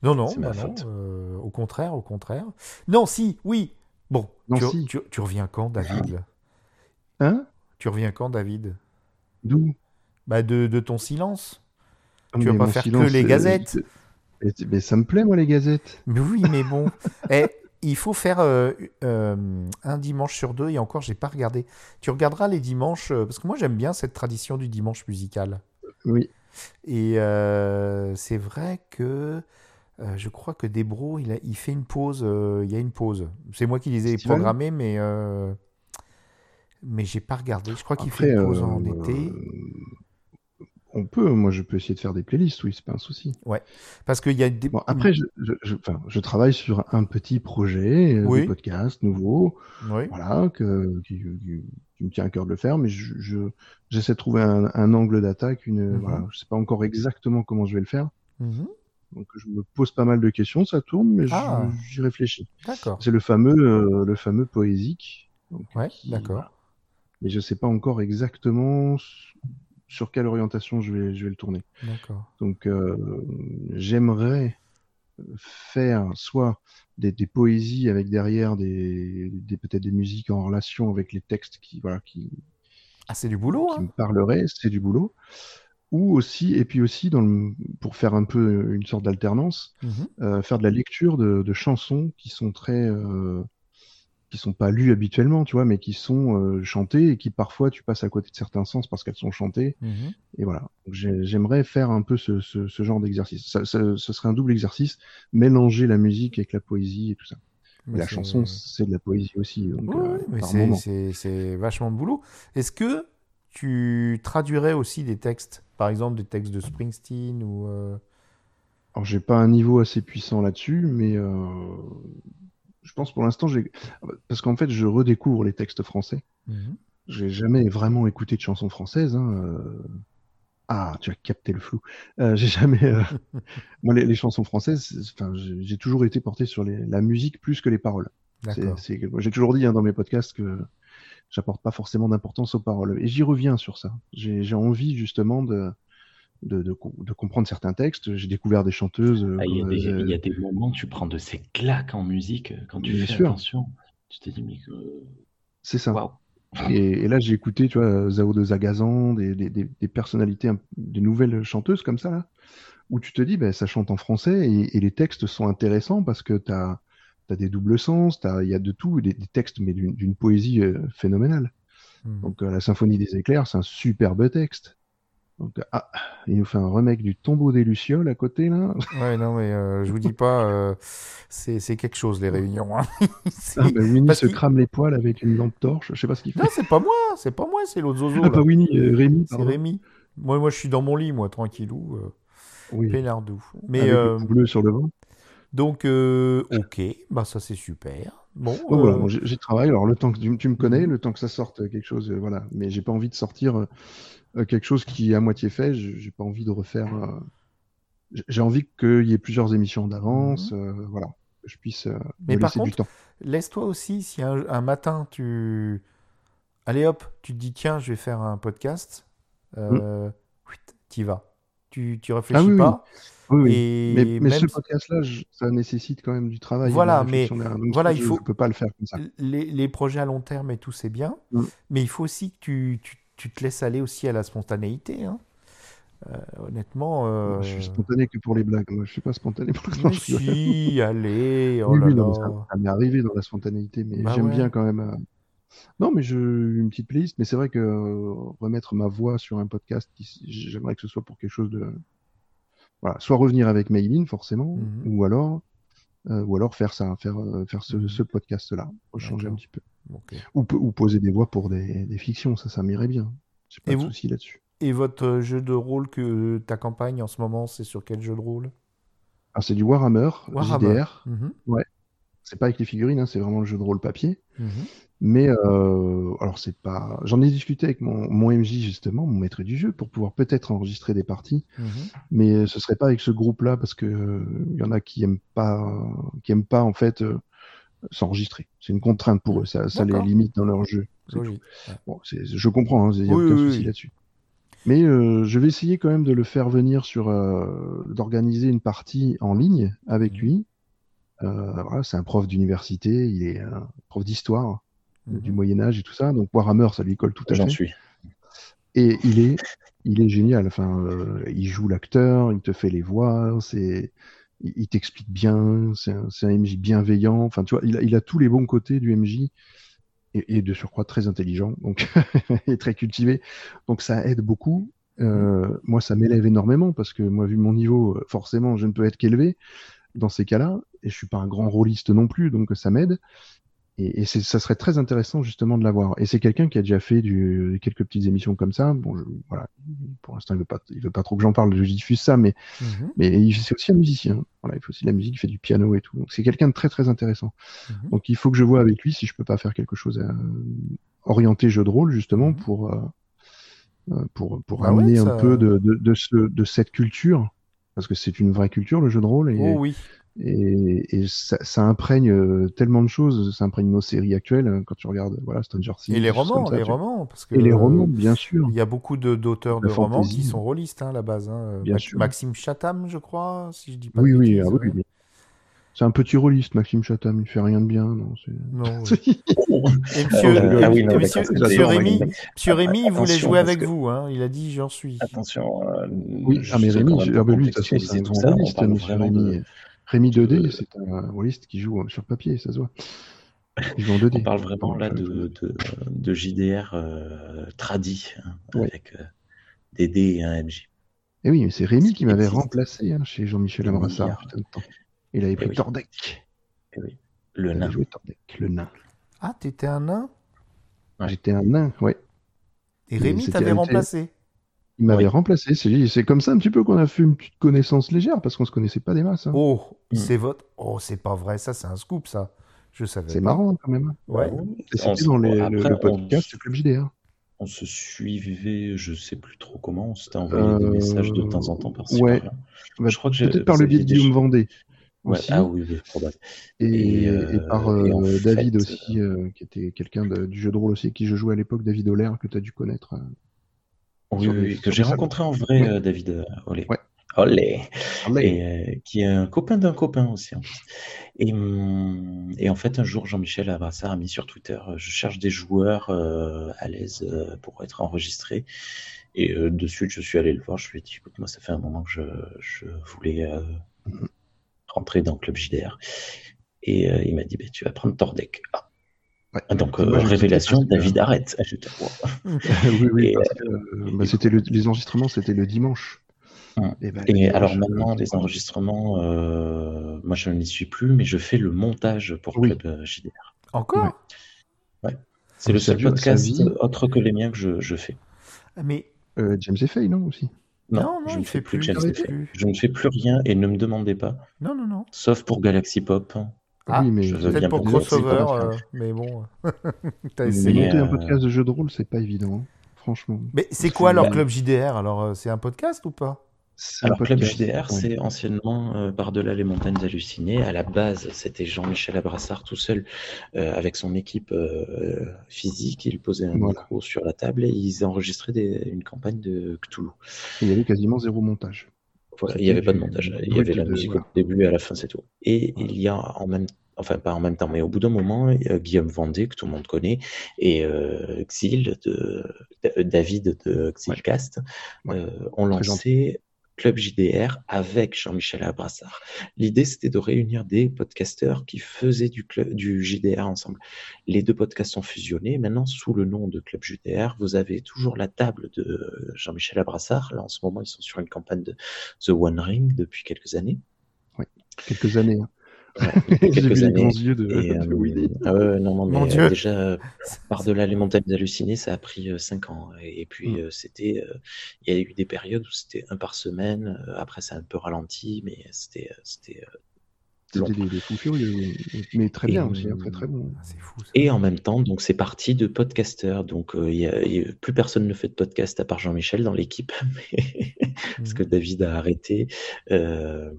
S4: Non, non,
S6: C'est ma
S4: bah non,
S6: faute.
S4: euh, au contraire, au contraire. Non, si, oui. Bon,
S5: Non,
S4: tu,
S5: si.
S4: tu- tu reviens quand, David? là
S5: Hein
S4: Tu reviens quand, David?
S5: D'où
S4: Bah de, de ton silence.
S5: Ah,
S4: Tu
S5: mais
S4: vas pas
S5: mon
S4: faire que
S5: silence,
S4: les
S5: euh,
S4: gazettes.
S5: Mais, mais ça me plaît, moi, les gazettes.
S4: Mais oui, mais bon. Eh, il faut faire euh, euh, un dimanche sur deux, et encore, j'ai pas regardé. Tu regarderas les dimanches, euh, parce que moi j'aime bien cette tradition du dimanche musical.
S5: Oui.
S4: Et euh, c'est vrai que euh, je crois que Debro, il, a- il fait une pause. euh, il y a une pause. C'est moi qui les ai
S5: Festival
S4: programmés, mais, euh, mais j'ai pas regardé. Je crois qu'il
S5: Après,
S4: fait une pause
S5: euh,
S4: en été.
S5: On peut, moi, je peux essayer de faire des playlists, oui, c'est pas un souci.
S4: Parce qu'il y a des. mmh.
S5: Bon, après, je, je, je- enfin, je travaille sur un petit projet, euh,
S4: Oui.
S5: des podcasts nouveaux,
S4: Oui.
S5: voilà, que, qui, qui- qui me tient à cœur de le faire, mais je, je- j'essaie de trouver un, un angle d'attaque, une,
S4: Mhm.
S5: voilà, je sais pas encore exactement comment je vais le faire,
S4: Mhm.
S5: donc je me pose pas mal de questions, ça tourne, mais je-
S4: Ah.
S5: j'y réfléchis.
S4: D'accord.
S5: C'est le fameux, euh, le fameux poésique. donc,
S4: Ouais,
S5: qui-
S4: d'accord.
S5: mais je sais pas encore exactement s- sur quelle orientation je vais, je vais le tourner.
S4: D'accord.
S5: Donc euh, j'aimerais faire soit des, des poésies avec derrière des, des peut-être des musiques en relation avec les textes qui voilà qui,
S4: Ah, c'est du boulot,
S5: qui
S4: hein
S5: me parleraient, c'est du boulot. Ou aussi et puis aussi dans le, pour faire un peu une sorte d'alternance,
S4: Mhm.
S5: euh, faire de la lecture de, de chansons qui sont très euh, qui sont pas lues habituellement, tu vois, mais qui sont euh, chantées et qui parfois tu passes à côté de certains sens parce qu'elles sont chantées.
S4: Mhm.
S5: Et voilà. Donc, j'ai- J'aimerais faire un peu ce, ce- ce genre d'exercice. Ça- ça- ce serait un double exercice, mélanger la musique avec la poésie et tout ça.
S4: Mais
S5: la
S4: c'est-
S5: chanson, c'est de la poésie aussi. Donc,
S4: Ouais,
S5: euh,
S4: ouais, mais
S5: par
S4: c'est-
S5: moment.
S4: c'est- c'est vachement de boulot. Est-ce que tu traduirais aussi des textes, par exemple des textes de Springsteen ou euh,
S5: Alors, j'ai pas un niveau assez puissant là-dessus, mais euh, je pense pour l'instant, j'ai parce qu'en fait, je redécouvre les textes français. J'ai jamais vraiment écouté de chansons françaises. hein, euh. Ah, tu as capté le flou. Euh, j'ai jamais. euh, Moi, les, les chansons françaises, c'est- enfin, j'ai j'ai toujours été porté sur les- la musique plus que les paroles. C'est-
S4: D'accord.
S5: c'est quelque- J'ai toujours dit hein, dans mes podcasts que j'apporte pas forcément d'importance aux paroles. Et j'y reviens sur ça. J'ai j'ai envie justement de, de, de co- de comprendre certains textes. J'ai découvert des chanteuses. euh,
S6: Ah, il y a
S5: comme,
S6: des,
S5: euh,
S6: il y a des moments, tu prends de ces claques en musique euh, quand tu
S5: Bien
S6: fais
S5: sûr.
S6: attention. Tu te dis, mais euh,
S5: C'est ça.
S6: waouh.
S5: Et, et là, j'ai écouté, tu vois, Zao de Zagazan, des, des, des, des personnalités, un- des nouvelles chanteuses comme ça, là, où tu te dis, ben, ça chante en français et, et les textes sont intéressants parce que tu as, des doubles sens, t'as- il y a de tout, des, des textes, mais d'une d'une poésie euh, phénoménale.
S4: Mhm.
S5: Donc, euh, la Symphonie des éclairs, c'est un superbe texte. Donc, ah, il nous fait un remake du tombeau des Lucioles à côté, là.
S4: Ouais, non, mais euh, je vous dis pas, euh, c'est c'est quelque chose, les réunions. hein. C'est-
S5: Ah, bah, Winnie
S4: Parce
S5: se
S4: qu'il-
S5: crame les poils avec une lampe torche, je sais pas ce qu'il fait.
S4: Non, c'est pas moi, c'est pas moi, c'est l'autre zozo.
S5: Ah,
S4: là.
S5: pas Winnie, euh, Rémi,
S4: c'est
S5: pardon.
S4: Rémi. Moi, moi, je suis dans mon lit, moi, tranquillou, euh,
S5: Oui, Ah,
S4: peinardou. Mais
S5: avec
S4: euh,
S5: le bleu sur le ventre.
S4: donc, euh, ok, bah ça c'est super. Bon,
S5: Donc
S4: euh,
S5: Ah, voilà, bon, j'ai j'ai travaillé. Alors le temps que tu, tu me connais,
S4: Mm.
S5: le temps que ça sorte euh, quelque chose, euh, voilà. Mais j'ai pas envie de sortir euh, euh, quelque chose qui est à moitié fait. J'ai j'ai pas envie de refaire. euh, j'ai- J'ai envie qu'il y ait plusieurs émissions d'avance, euh, voilà. Que je puisse euh,
S4: Mm-hmm. Mais
S5: me
S4: par
S5: laisser du
S4: contre,
S5: temps.
S4: laisse-toi aussi, si un, un matin tu. Allez hop, tu te dis, tiens, je vais faire un podcast, euh, whitt, t'y vas. Tu, tu réfléchis
S5: Mm. Ah, oui, oui.
S4: pas.
S5: Oui, oui.
S4: Et
S5: Mais, mais
S4: même
S5: ce podcast-là, je- ça nécessite quand même du travail. et de
S4: Voilà,
S5: la réflexion derrière. Donc,
S4: voilà,
S5: je,
S4: il faut-
S5: je peux pas le faire comme ça.
S4: les, les projets à long terme et tout, c'est bien.
S5: Ah. Mm.
S4: Mais il faut aussi que tu, tu, tu te laisses aller aussi à la spontanéité. hein. Euh, honnêtement. euh,
S5: Je suis spontané que pour les blagues. Moi, je suis pas spontané pour les
S4: mais
S5: blagues.
S4: si, allez, oh
S5: oui,
S4: là
S5: oui,
S4: là.
S5: non, mais ça, ça m'est arrivé dans la spontanéité, mais
S4: Bah
S5: j'aime
S4: ouais.
S5: bien quand même. euh, Non, mais je une petite playlist, mais c'est vrai que euh, remettre ma voix sur un podcast, qui- j'aimerais que ce soit pour quelque chose de. Voilà, soit revenir avec Maylin, forcément,
S4: Mhm. Mhm.
S5: ou alors. euh, ou alors faire ça, faire, euh, faire ce, ce podcast-là, pour changer un
S4: D'accord.
S5: petit peu.
S4: Ok.
S5: Ou, po- ou poser des voix pour des, des fictions, ça, ça m'irait bien. J'ai pas
S4: Et
S5: de
S4: vous-
S5: souci là-dessus.
S4: Et votre jeu de rôle que ta campagne en ce moment, c'est sur quel jeu de rôle
S5: Alors, c'est du Warhammer,
S4: Warhammer.
S5: JDR.
S4: Mhm,
S5: C'est pas avec les figurines, hein, c'est vraiment le jeu de rôle papier.
S4: mhm.
S5: Mais euh, alors c'est pas. J'en ai discuté avec mon, mon MJ justement, mon maître du jeu, pour pouvoir peut-être enregistrer des parties.
S4: Mhm.
S5: Mais euh, ce serait pas avec ce groupe-là parce que euh, il y en a qui aiment pas, qui aiment pas en fait euh, s'enregistrer. C'est une contrainte pour eux. Ça, ça les
S4: D'accord.
S5: limite dans leur jeu. C'est tout.
S4: Logique.
S5: Bon, c'est- je comprends. Hein, il y a
S4: Oui,
S5: aucun
S4: oui,
S5: souci
S4: oui.
S5: là-dessus. Mais euh, je vais essayer quand même de le faire venir sur, euh, d'organiser une partie en ligne avec
S4: Mhm.
S5: lui. Euh, voilà, c'est un prof d'université, il est euh, prof d'histoire
S4: Mhm.
S5: du Moyen Âge et tout ça. Donc Warhammer, ça lui colle tout à
S6: Ah, J'en
S5: fait.
S6: suis.
S5: Et il est, il est génial. Enfin, euh, il joue l'acteur, il te fait les voix, c'est, il, il t'explique bien. C'est un, c'est un MJ bienveillant. Enfin, tu vois, il a, il a tous les bons côtés du MJ et, et de surcroît très intelligent, donc et très cultivé. Donc ça aide beaucoup. Euh, moi, ça m'élève énormément parce que moi, vu mon niveau, euh, forcément, je ne peux être qu'élevé dans ces cas-là, et je suis pas un grand rôliste non plus, donc ça m'aide. Et, et c'est- ça serait très intéressant justement de l'avoir. Et c'est quelqu'un qui a déjà fait du, quelques petites émissions comme ça. Bon, je- voilà, pour l'instant, il veut pas, il veut pas trop que j'en parle, je diffuse ça, mais,
S4: Mhm.
S5: mais il- c'est aussi un musicien. Voilà, il fait aussi de la musique, il fait du piano et tout. Donc c'est quelqu'un de très très intéressant.
S4: Mhm.
S5: Donc il faut que je vois avec lui si je peux pas faire quelque chose à, orienté jeu de rôle justement
S4: Mhm.
S5: pour euh, euh, pour pour
S4: Bah
S5: amener
S4: ouais,
S5: un
S4: ça-
S5: peu de de, de, ce, de cette culture parce que c'est une vraie culture le jeu de rôle et,
S4: Oh oui.
S5: et, et ça, ça imprègne euh, tellement de choses, ça imprègne nos séries actuelles hein, quand tu regardes voilà Stranger Things.
S4: Et les
S5: des choses
S4: romans,
S5: comme ça,
S4: les
S5: tu-
S4: romans, parce que
S5: Et les romans, bien sûr.
S4: il y a beaucoup de- d'auteurs de,
S5: La
S4: romans
S5: fantaisie.
S4: qui sont rôlistes hein, à la base. hein.
S5: Bien
S4: Mac-
S5: sûr.
S4: Maxime Chatham, je crois, si je dis pas
S5: Oui,
S4: de
S5: oui,
S4: bêtises,
S5: ah oui,
S4: ouais.
S5: mais c'est un petit rôliste, Maxime Chatham, il fait rien de bien. Non, c'est-
S4: Non, ouais.
S6: Ah
S4: Et monsieur,
S5: Euh,
S6: oui,
S4: et
S6: non,
S4: monsieur-
S6: d'accord,
S4: monsieur
S6: c'était-
S4: Rémi, monsieur Rémi, il voulait
S6: Attention,
S4: jouer
S6: parce
S4: avec
S6: que-
S4: vous. hein. Il a dit j'en suis.
S6: Attention. euh,
S5: oui, ah, mais
S6: juste
S5: Rémi,
S6: quand même
S5: je-
S6: pour
S5: ah, bah, lui, de toute façon, c'est
S6: contextualiser
S5: un
S6: tout
S5: grand
S6: ça, on
S5: rôliste,
S6: parle
S5: monsieur
S6: vraiment
S5: Rémi. euh,
S6: de-
S5: Rémi
S6: de-
S5: 2D, c'est un rôliste qui joue euh, sur papier, ça se voit. Il joue en 2D.
S6: On parle vraiment là
S5: Enfin,
S6: de, de, de JDR euh, tradi, hein,
S5: Ouais.
S6: avec euh, des dés et un MJ.
S5: Eh oui, mais c'est Rémi qui m'avait
S6: existe.
S5: remplacé hein, chez Jean-Michel
S6: Rémi,
S5: Abrassard,
S6: hein.
S5: putain de temps. Il avait pris
S6: oui.
S5: Tordek.
S6: Le
S5: Il
S6: nain.
S5: avait joué Tordek, le nain.
S4: Ah, t'étais un nain
S6: Ouais.
S5: J'étais un nain, ouais.
S4: et
S5: Et
S4: Rémi
S5: c'était
S4: t'avait
S5: hérité.
S4: remplacé.
S5: Il m'avait
S6: Oui.
S5: remplacé. C'est c'est comme ça un petit peu qu'on a fait une petite connaissance légère parce qu'on se connaissait pas des masses. hein.
S4: Oh,
S6: Mm.
S4: c'est votre. Oh, c'est pas vrai, ça c'est un scoop, ça. Je savais.
S5: c'est
S4: pas.
S5: marrant quand même. hein.
S4: Ouais.
S5: Et
S6: On
S5: C'était
S6: se-
S5: dans les- le,
S6: après,
S5: le
S6: on
S5: podcast
S6: se-
S5: du Club hein. JDR.
S6: On se suivait, je sais plus trop comment, on s'était envoyé des
S5: Euh,
S6: messages de temps en temps par-ci
S5: ouais.
S6: par-là.
S5: Bah,
S6: Je crois que j'ai-
S5: Peut-être par le
S6: vous
S5: biais de
S6: aviez des
S5: Guillaume
S6: choses-
S5: Vendée
S6: Ouais,
S5: aussi,
S6: ah oui, oui, probable.
S5: et,
S6: et,
S5: et
S6: euh,
S5: par
S6: et en
S5: euh, David
S6: fait,
S5: aussi, euh, qui était quelqu'un de- du jeu de rôle aussi, qui je jouais à l'époque, David Olaire, que tu as dû connaître. euh.
S6: Oui,
S5: sur
S6: oui,
S5: des-
S6: oui,
S5: sur
S6: que
S5: des
S6: j'ai
S5: salons.
S6: rencontré en vrai,
S5: Ouais.
S6: euh, David euh, Olé.
S5: Ouais.
S6: Olé.
S5: Allez.
S6: et euh, qui est un copain d'un copain aussi. en plus. Et, hum, et en fait, un jour, Jean-Michel Abrassard a mis sur Twitter euh, Je cherche des joueurs euh, à l'aise euh, pour être enregistrés. Et euh, de suite, je suis allé le voir. Je lui ai dit Écoute, moi, ça fait un moment que je, je voulais euh,
S5: Mm-hmm.
S6: bah, rentrer dans le club JDR. Et euh, il m'a dit Ben, Tu vas prendre Tordek. Ah,
S5: Ouais.
S6: Ah, Donc, euh,
S5: Moi, j'ai-
S6: révélation,
S5: parce que-
S6: David arrête. Ah, j'étais- wow.
S5: oui, oui,
S6: Et,
S5: parce que euh, bah, c'était le- les enregistrements, c'était le dimanche.
S6: Hum.
S5: Et, bah, le
S6: Et
S5: dimanche,
S6: alors
S5: euh,
S6: maintenant, les enregistrements, euh, moi je n'y suis plus, mais je fais le montage pour
S5: Oui.
S6: Club euh, JDR.
S4: Encore
S5: Ouais.
S6: C'est le
S5: Ça
S6: seul
S5: dure sa
S6: podcast
S5: vie.
S6: autre que les miens que je, je fais.
S4: Mais
S5: euh, James Effay, non aussi
S6: Non,
S4: non, non,
S6: je
S4: il
S6: ne
S4: fait
S6: fais plus,
S4: plus.
S6: James
S4: il fait
S6: Effay.
S4: plus.
S6: Je ne fais plus rien et ne me demandez pas,
S4: Non, non, non.
S6: sauf pour Galaxy Pop.
S4: Ah,
S5: Oui, mais
S6: je veux
S4: Peut-être
S6: bien
S4: pour
S6: pour dire, c'est
S4: crossover,
S6: pas
S4: euh, mais bon, t'as
S6: Mais-
S4: essayé.
S5: monter un
S6: euh,
S5: podcast de jeu de rôle, c'est pas évident, hein, franchement.
S4: Mais c'est quoi leur
S6: Bah.
S4: club JDR Alors, euh, c'est un podcast ou pas
S5: C'est un
S6: Alors, Club
S5: podcast,
S6: JDR,
S5: ouais.
S6: c'est anciennement euh, Par-delà les montagnes hallucinées. À la base, c'était Jean-Michel Abrassard tout seul euh, avec son équipe euh, physique. Il posait un
S5: Voilà.
S6: micro sur la table et ils enregistraient des- une campagne de Cthulhu.
S5: Il y avait quasiment zéro montage.
S6: Voilà, il
S5: C'était
S6: n'y avait pas de
S5: du
S6: montage. Il y
S5: brut
S6: avait la
S5: de-
S6: musique
S5: voilà.
S6: au début et à la fin, c'est tout. Et
S5: Voilà.
S6: il y a en même Enfin, pas en même temps, mais au bout d'un moment, euh, Guillaume Vendée, que tout le monde connaît, et euh, Xil, de, D- David de Xilcast,
S5: Ouais.
S6: euh, ont
S5: Très
S6: lancé Club JDR avec Jean-Michel Abrassard. L'idée, c'était de réunir des podcasteurs qui faisaient du, club, du JDR ensemble. Les deux podcasts sont fusionnés. Maintenant, sous le nom de Club JDR, vous avez toujours la table de euh, Jean-Michel Abrassard. Là, en ce moment, ils sont sur une campagne de The One Ring depuis quelques années.
S5: Quelques années. hein.
S6: Ouais,
S5: J'ai vu
S6: quelques
S5: les grands
S6: années.
S5: yeux de,
S6: Et,
S5: de
S6: euh,
S5: Willy.
S6: ah ouais, non, non, mais
S4: Mon
S6: euh,
S4: Dieu.
S6: déjà, euh, par-delà les montagnes hallucinées, ça a pris 5 ans. Et, et puis,
S5: Mm.
S6: euh, c'était, euh, il y a eu des périodes où c'était un par semaine. Euh, Après, ça a un peu ralenti, mais c'était, euh, c'était. euh,
S5: C'était des, des fous furieux, oui. mais très
S6: Et,
S5: bien aussi, hein,
S6: euh,
S5: très très bon.
S4: Ah, C'est fou. ça.
S6: Et en même temps, donc, c'est parti de podcasteurs. Donc, euh, il y a- il y a- plus personne ne fait de podcast à part Jean-Michel dans l'équipe,
S4: Mm.
S6: mais- parce que David a arrêté. euh,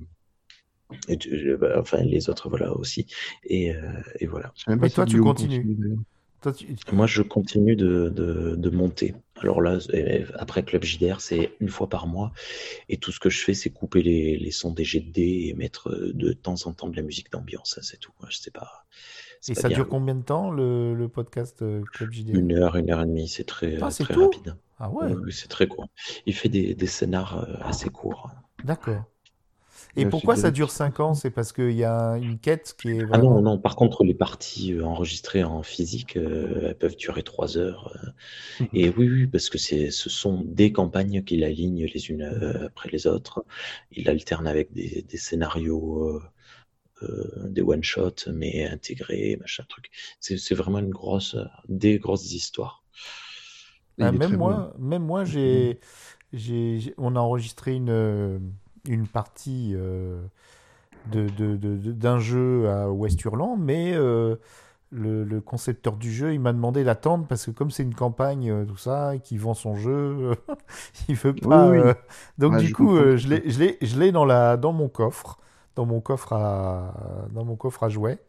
S6: et tu- bah, enfin, les autres, voilà aussi. Et, euh, et voilà.
S5: Je sais même
S4: Mais
S5: pas si
S4: toi, tu
S5: Guillaume
S4: continues. Bah,
S5: continue, d'ailleurs.
S4: Toi, tu-
S6: Moi, je continue de, de, de monter. Alors là, euh, après Club JDR, c'est une fois par mois. Et tout ce que je fais, c'est couper les, les sons des jets de dés et mettre euh, de temps en temps de la musique d'ambiance. Ça, C'est tout. Moi, Je sais pas. c'est
S4: Et
S6: pas
S4: ça
S6: bien.
S4: dure combien de temps le, le podcast euh, Club JDR
S6: Une heure, une heure et demie. C'est très,
S4: Ah, c'est
S6: très
S4: tout
S6: rapide.
S4: Ah ouais,
S6: Oui, oui, c'est très court. Il fait des, des scénars euh, assez courts.
S4: d'accord. Et
S5: Euh,
S4: pourquoi
S5: c'est
S4: ça
S5: bien.
S4: dure 5 ans C'est parce qu'il y a une quête qui est
S6: Ah non,
S4: vraiment...
S6: non. Par contre, les parties euh, enregistrées en physique, euh, elles peuvent durer trois heures. euh,
S4: Mmh.
S5: Mhm.
S6: Et oui, oui, parce que c'est, ce sont des campagnes qu'il aligne les unes euh, après les autres. Il alterne avec des, des scénarios, euh, euh, des one-shots, mais intégrés, machin truc. C'est, c'est vraiment une grosse, des grosses histoires.
S5: Et il
S4: Ah,
S5: est
S4: même,
S5: très bon. Mm-hmm.
S4: moi, même moi, j'ai, j'ai, j'ai- on a enregistré une, euh, une partie euh, de, de- de- de- d'un jeu à Westurland, mais euh, le, le concepteur du jeu, il m'a demandé d'attendre parce que comme c'est une campagne, euh, tout ça, et qu'il vend son jeu, il veut pas.
S5: Oui, oui.
S4: euh, donc
S5: Ouais,
S4: du
S5: je
S4: coup,
S5: comprends
S4: euh,
S5: tout
S4: je
S5: à
S4: l'ai, je l'ai, je l'ai dans la, dans mon coffre, dans mon coffre à, dans mon coffre à jouets,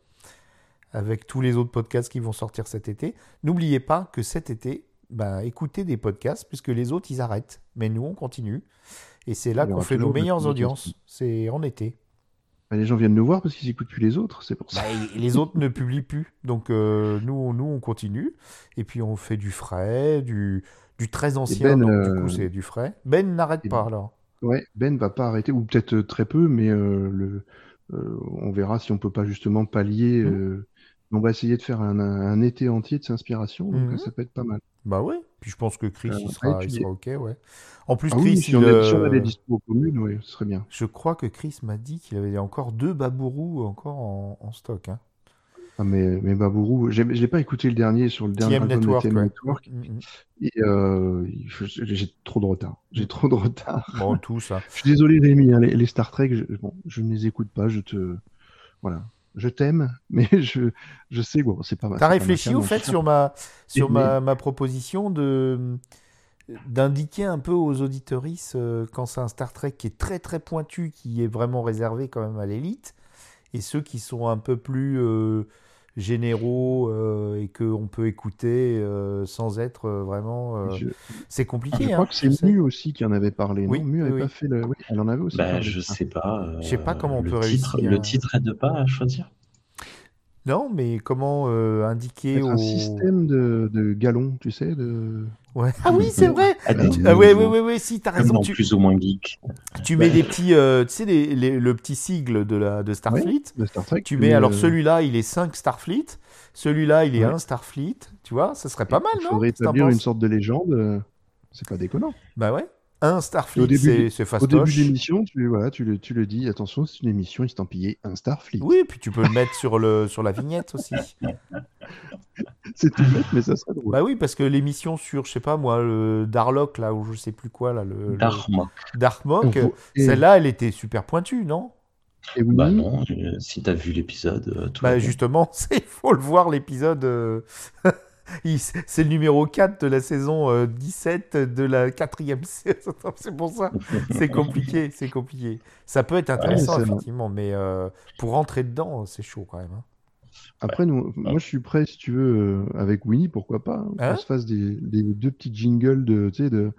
S4: avec tous les autres podcasts qui vont sortir cet été. N'oubliez pas que cet été, ben, écoutez des podcasts puisque les autres ils arrêtent, mais nous on continue. Et c'est là
S5: Il y
S4: qu'on
S5: aura
S4: fait nos
S5: toujours des
S4: meilleures
S5: podcasts.
S4: audiences. C'est en été.
S5: Bah, les gens viennent nous voir parce qu'ils écoutent plus les autres, c'est pour ça.
S4: Bah, et- et les autres ne publient plus. Donc euh, nous, nous, on continue. Et puis on fait du frais, du, du très ancien.
S5: Ben,
S4: donc du
S5: euh,
S4: coup, c'est du frais. Ben n'arrête
S5: et-
S4: pas alors.
S5: Ouais, Ben va pas arrêter, ou peut-être euh, très peu, mais euh, le, euh, on verra si on peut pas justement pallier.
S4: Mhm.
S5: euh, on va essayer de faire un, un été entier de s'inspiration, donc
S4: Mhm.
S5: ça peut être pas mal.
S4: Bah oui. Puis je pense que Chris,
S5: Euh,
S4: il,
S5: à
S4: sera, il
S5: étudier.
S4: sera OK, ouais. En plus,
S5: Ah
S4: Chris,
S5: oui, si
S4: il,
S5: on, a,
S4: euh,
S5: si on a des dispo communes, oui, ce serait bien.
S4: je crois que Chris m'a dit qu'il avait encore deux Babourou encore en, en stock. hein.
S5: Ah, mais, mais Babourou, j'ai j'ai pas écouté le dernier sur le dernier
S4: TM
S5: album de
S4: Network,
S5: TM
S4: ouais.
S5: Network,
S4: Mm, mm.
S5: et euh, il faut- j'ai trop de retard. J'ai trop de retard.
S4: Bon, tout ça.
S5: Je suis désolé, Rémi, hein, les, les Star Trek, je, bon, je ne les écoute pas, je te. Voilà. Je t'aime, mais je, je sais, bon, c'est pas mal.
S4: T'as réfléchi au fait sur ma sur
S5: Mais-
S4: ma, ma proposition de d'indiquer un peu aux auditorices euh, quand c'est un Star Trek qui est très très pointu, qui est vraiment réservé quand même à l'élite, et ceux qui sont un peu plus euh, généraux euh, et que on peut écouter euh, sans être euh, vraiment. euh,
S5: Je,
S4: C'est
S5: je
S4: compliqué.
S5: crois
S4: hein,
S5: que c'est
S4: je sais.
S5: Mu aussi qui en avait parlé.
S4: Oui,
S5: non Mu avait
S4: oui,
S5: pas
S4: oui.
S5: fait le. Oui, elle en avait aussi.
S6: Bah,
S5: parlé. Ah,
S6: je sais pas.
S4: Je sais pas
S6: euh,
S4: comment on
S6: le
S4: peut
S6: titre,
S4: réussir.
S6: Le titre aide pas à choisir.
S4: Non, mais comment euh, indiquer
S5: Peut-être un
S4: aux
S5: système de, de galons, tu sais, de.
S4: Ouais. Ah oui, c'est vrai.
S6: Ah,
S5: Alors,
S6: des-
S4: Ah ouais, ouais, ouais, ouais, si, t'as
S6: comme
S4: raison.
S6: dans
S4: Tu,
S6: plus ou moins geek.
S4: tu
S5: Bah,
S4: mets des petits, euh, tu sais, les- les- le petit sigle de, la, de Starfleet.
S5: de Star Trek.
S4: Tu mets, alors
S5: euh,
S4: celui-là, il est 5 Starfleet. Celui-là, il est
S5: Ouais.
S4: 1 Starfleet. Tu vois, ça serait pas mal,
S5: Il
S4: non
S5: faudrait
S4: Qu'est-ce que t'en
S5: établir une
S4: penses
S5: sorte de légende. euh, C'est pas déconnant.
S4: Bah ouais. 1
S5: Au
S4: Starfleet,
S5: début
S4: c'est
S5: du-
S4: c'est
S5: Au début
S4: fastoche.
S5: de l'émission, tu, voilà, tu, le, tu le dis, attention, c'est une émission estampillée un Starfleet.
S4: Oui, puis tu peux le mettre sur, le, sur la vignette aussi.
S5: C'est tout bête, mais ça serait drôle.
S4: Bah oui, parce que l'émission sur, je sais pas moi, le Darlock, là, ou je sais plus quoi, là, le, le
S6: Dharma.
S4: Darmok,
S5: Et-
S4: celle-là, elle était super pointue, non
S5: et oui,
S6: Bah non, euh, si t'as vu l'épisode, euh, tout va
S4: Bah
S6: bien.
S4: justement, il faut le voir, l'épisode... euh, il- C'est le numéro 4 de la saison euh, 17 de la quatrième saison. C'est pour ça. C'est compliqué, c'est compliqué. Ça peut être intéressant,
S5: c'est vrai.
S4: effectivement, mais euh, pour rentrer dedans, c'est chaud quand même. hein.
S5: Après, nous, moi, je suis prêt, si tu veux, euh, avec Winnie, pourquoi pas, hein,
S4: Hein
S5: qu'on se fasse des, des- deux petits jingles de, tu sais, de,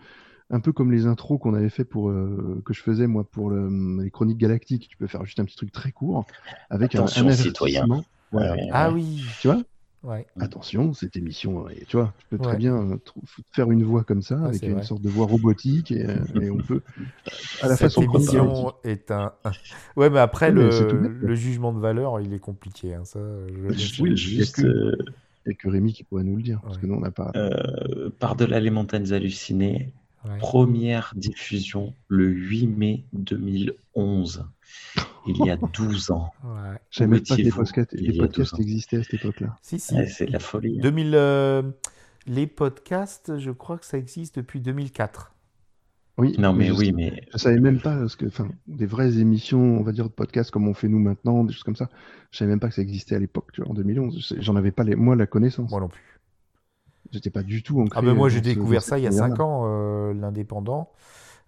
S5: un peu comme les intros qu'on avait fait pour, euh, que je faisais, moi, pour le- hum, les Chroniques Galactiques. Tu peux faire juste un petit truc très court, avec un-
S6: Attention,
S5: un,
S6: citoyen.
S5: avertissement. Voilà.
S6: Ouais,
S4: Ah
S6: ouais.
S4: oui,
S5: Tu vois,
S4: ouais.
S5: attention, cette émission, et tu vois, tu peux très
S4: Ouais. Ah,
S5: bien euh, trou- faire une voix comme ça, avec
S4: c'est
S5: une
S4: vrai.
S5: sorte de voix robotique, et, euh, et on peut, à la
S4: Cette
S5: façon Chroniques Galactiques.
S4: émission est un. Ouais, mais après
S5: Ouais, mais c'est
S4: le,
S5: tout bête, quoi.
S4: le jugement de valeur, il est compliqué. hein, ça, je-
S5: Je-
S6: Oui,
S5: Oui,
S6: juste
S5: il y a
S6: euh,
S5: Il y a que Rémi qui pourrait nous le dire, parce
S4: Ouais.
S5: que nous, on n'a pas.
S6: euh, par-delà les montagnes hallucinées,
S4: ouais.
S6: première diffusion le 8 mai 2011, il y a 12 ans.
S4: Ouais.
S5: Je savais même pas que les
S6: étiez-vous
S5: podcasts, les
S6: il y a deux
S5: podcasts
S6: ans
S5: existaient à cette époque-là.
S4: Si si.
S6: Ouais, c'est de la folie. hein.
S4: 2000. euh, Les podcasts, je crois que ça existe depuis 2004.
S5: Oui,
S6: Non, mais
S5: je-
S6: oui, mais
S5: Je savais même pas ce que, enfin, des vraies émissions, on va dire, de podcast comme on fait nous maintenant, des choses comme ça. Je savais même pas que ça existait à l'époque, tu vois, en 2011. Je sais- J'en avais pas, les, moi, la connaissance.
S4: Moi non plus.
S5: J'étais pas du tout ancré.
S4: Ah ben moi
S5: euh,
S4: j'ai
S5: dans ce-
S4: découvert
S5: dans
S4: ça il y a
S5: cette
S4: 5
S5: manière-là.
S4: ans, euh, l'indépendant.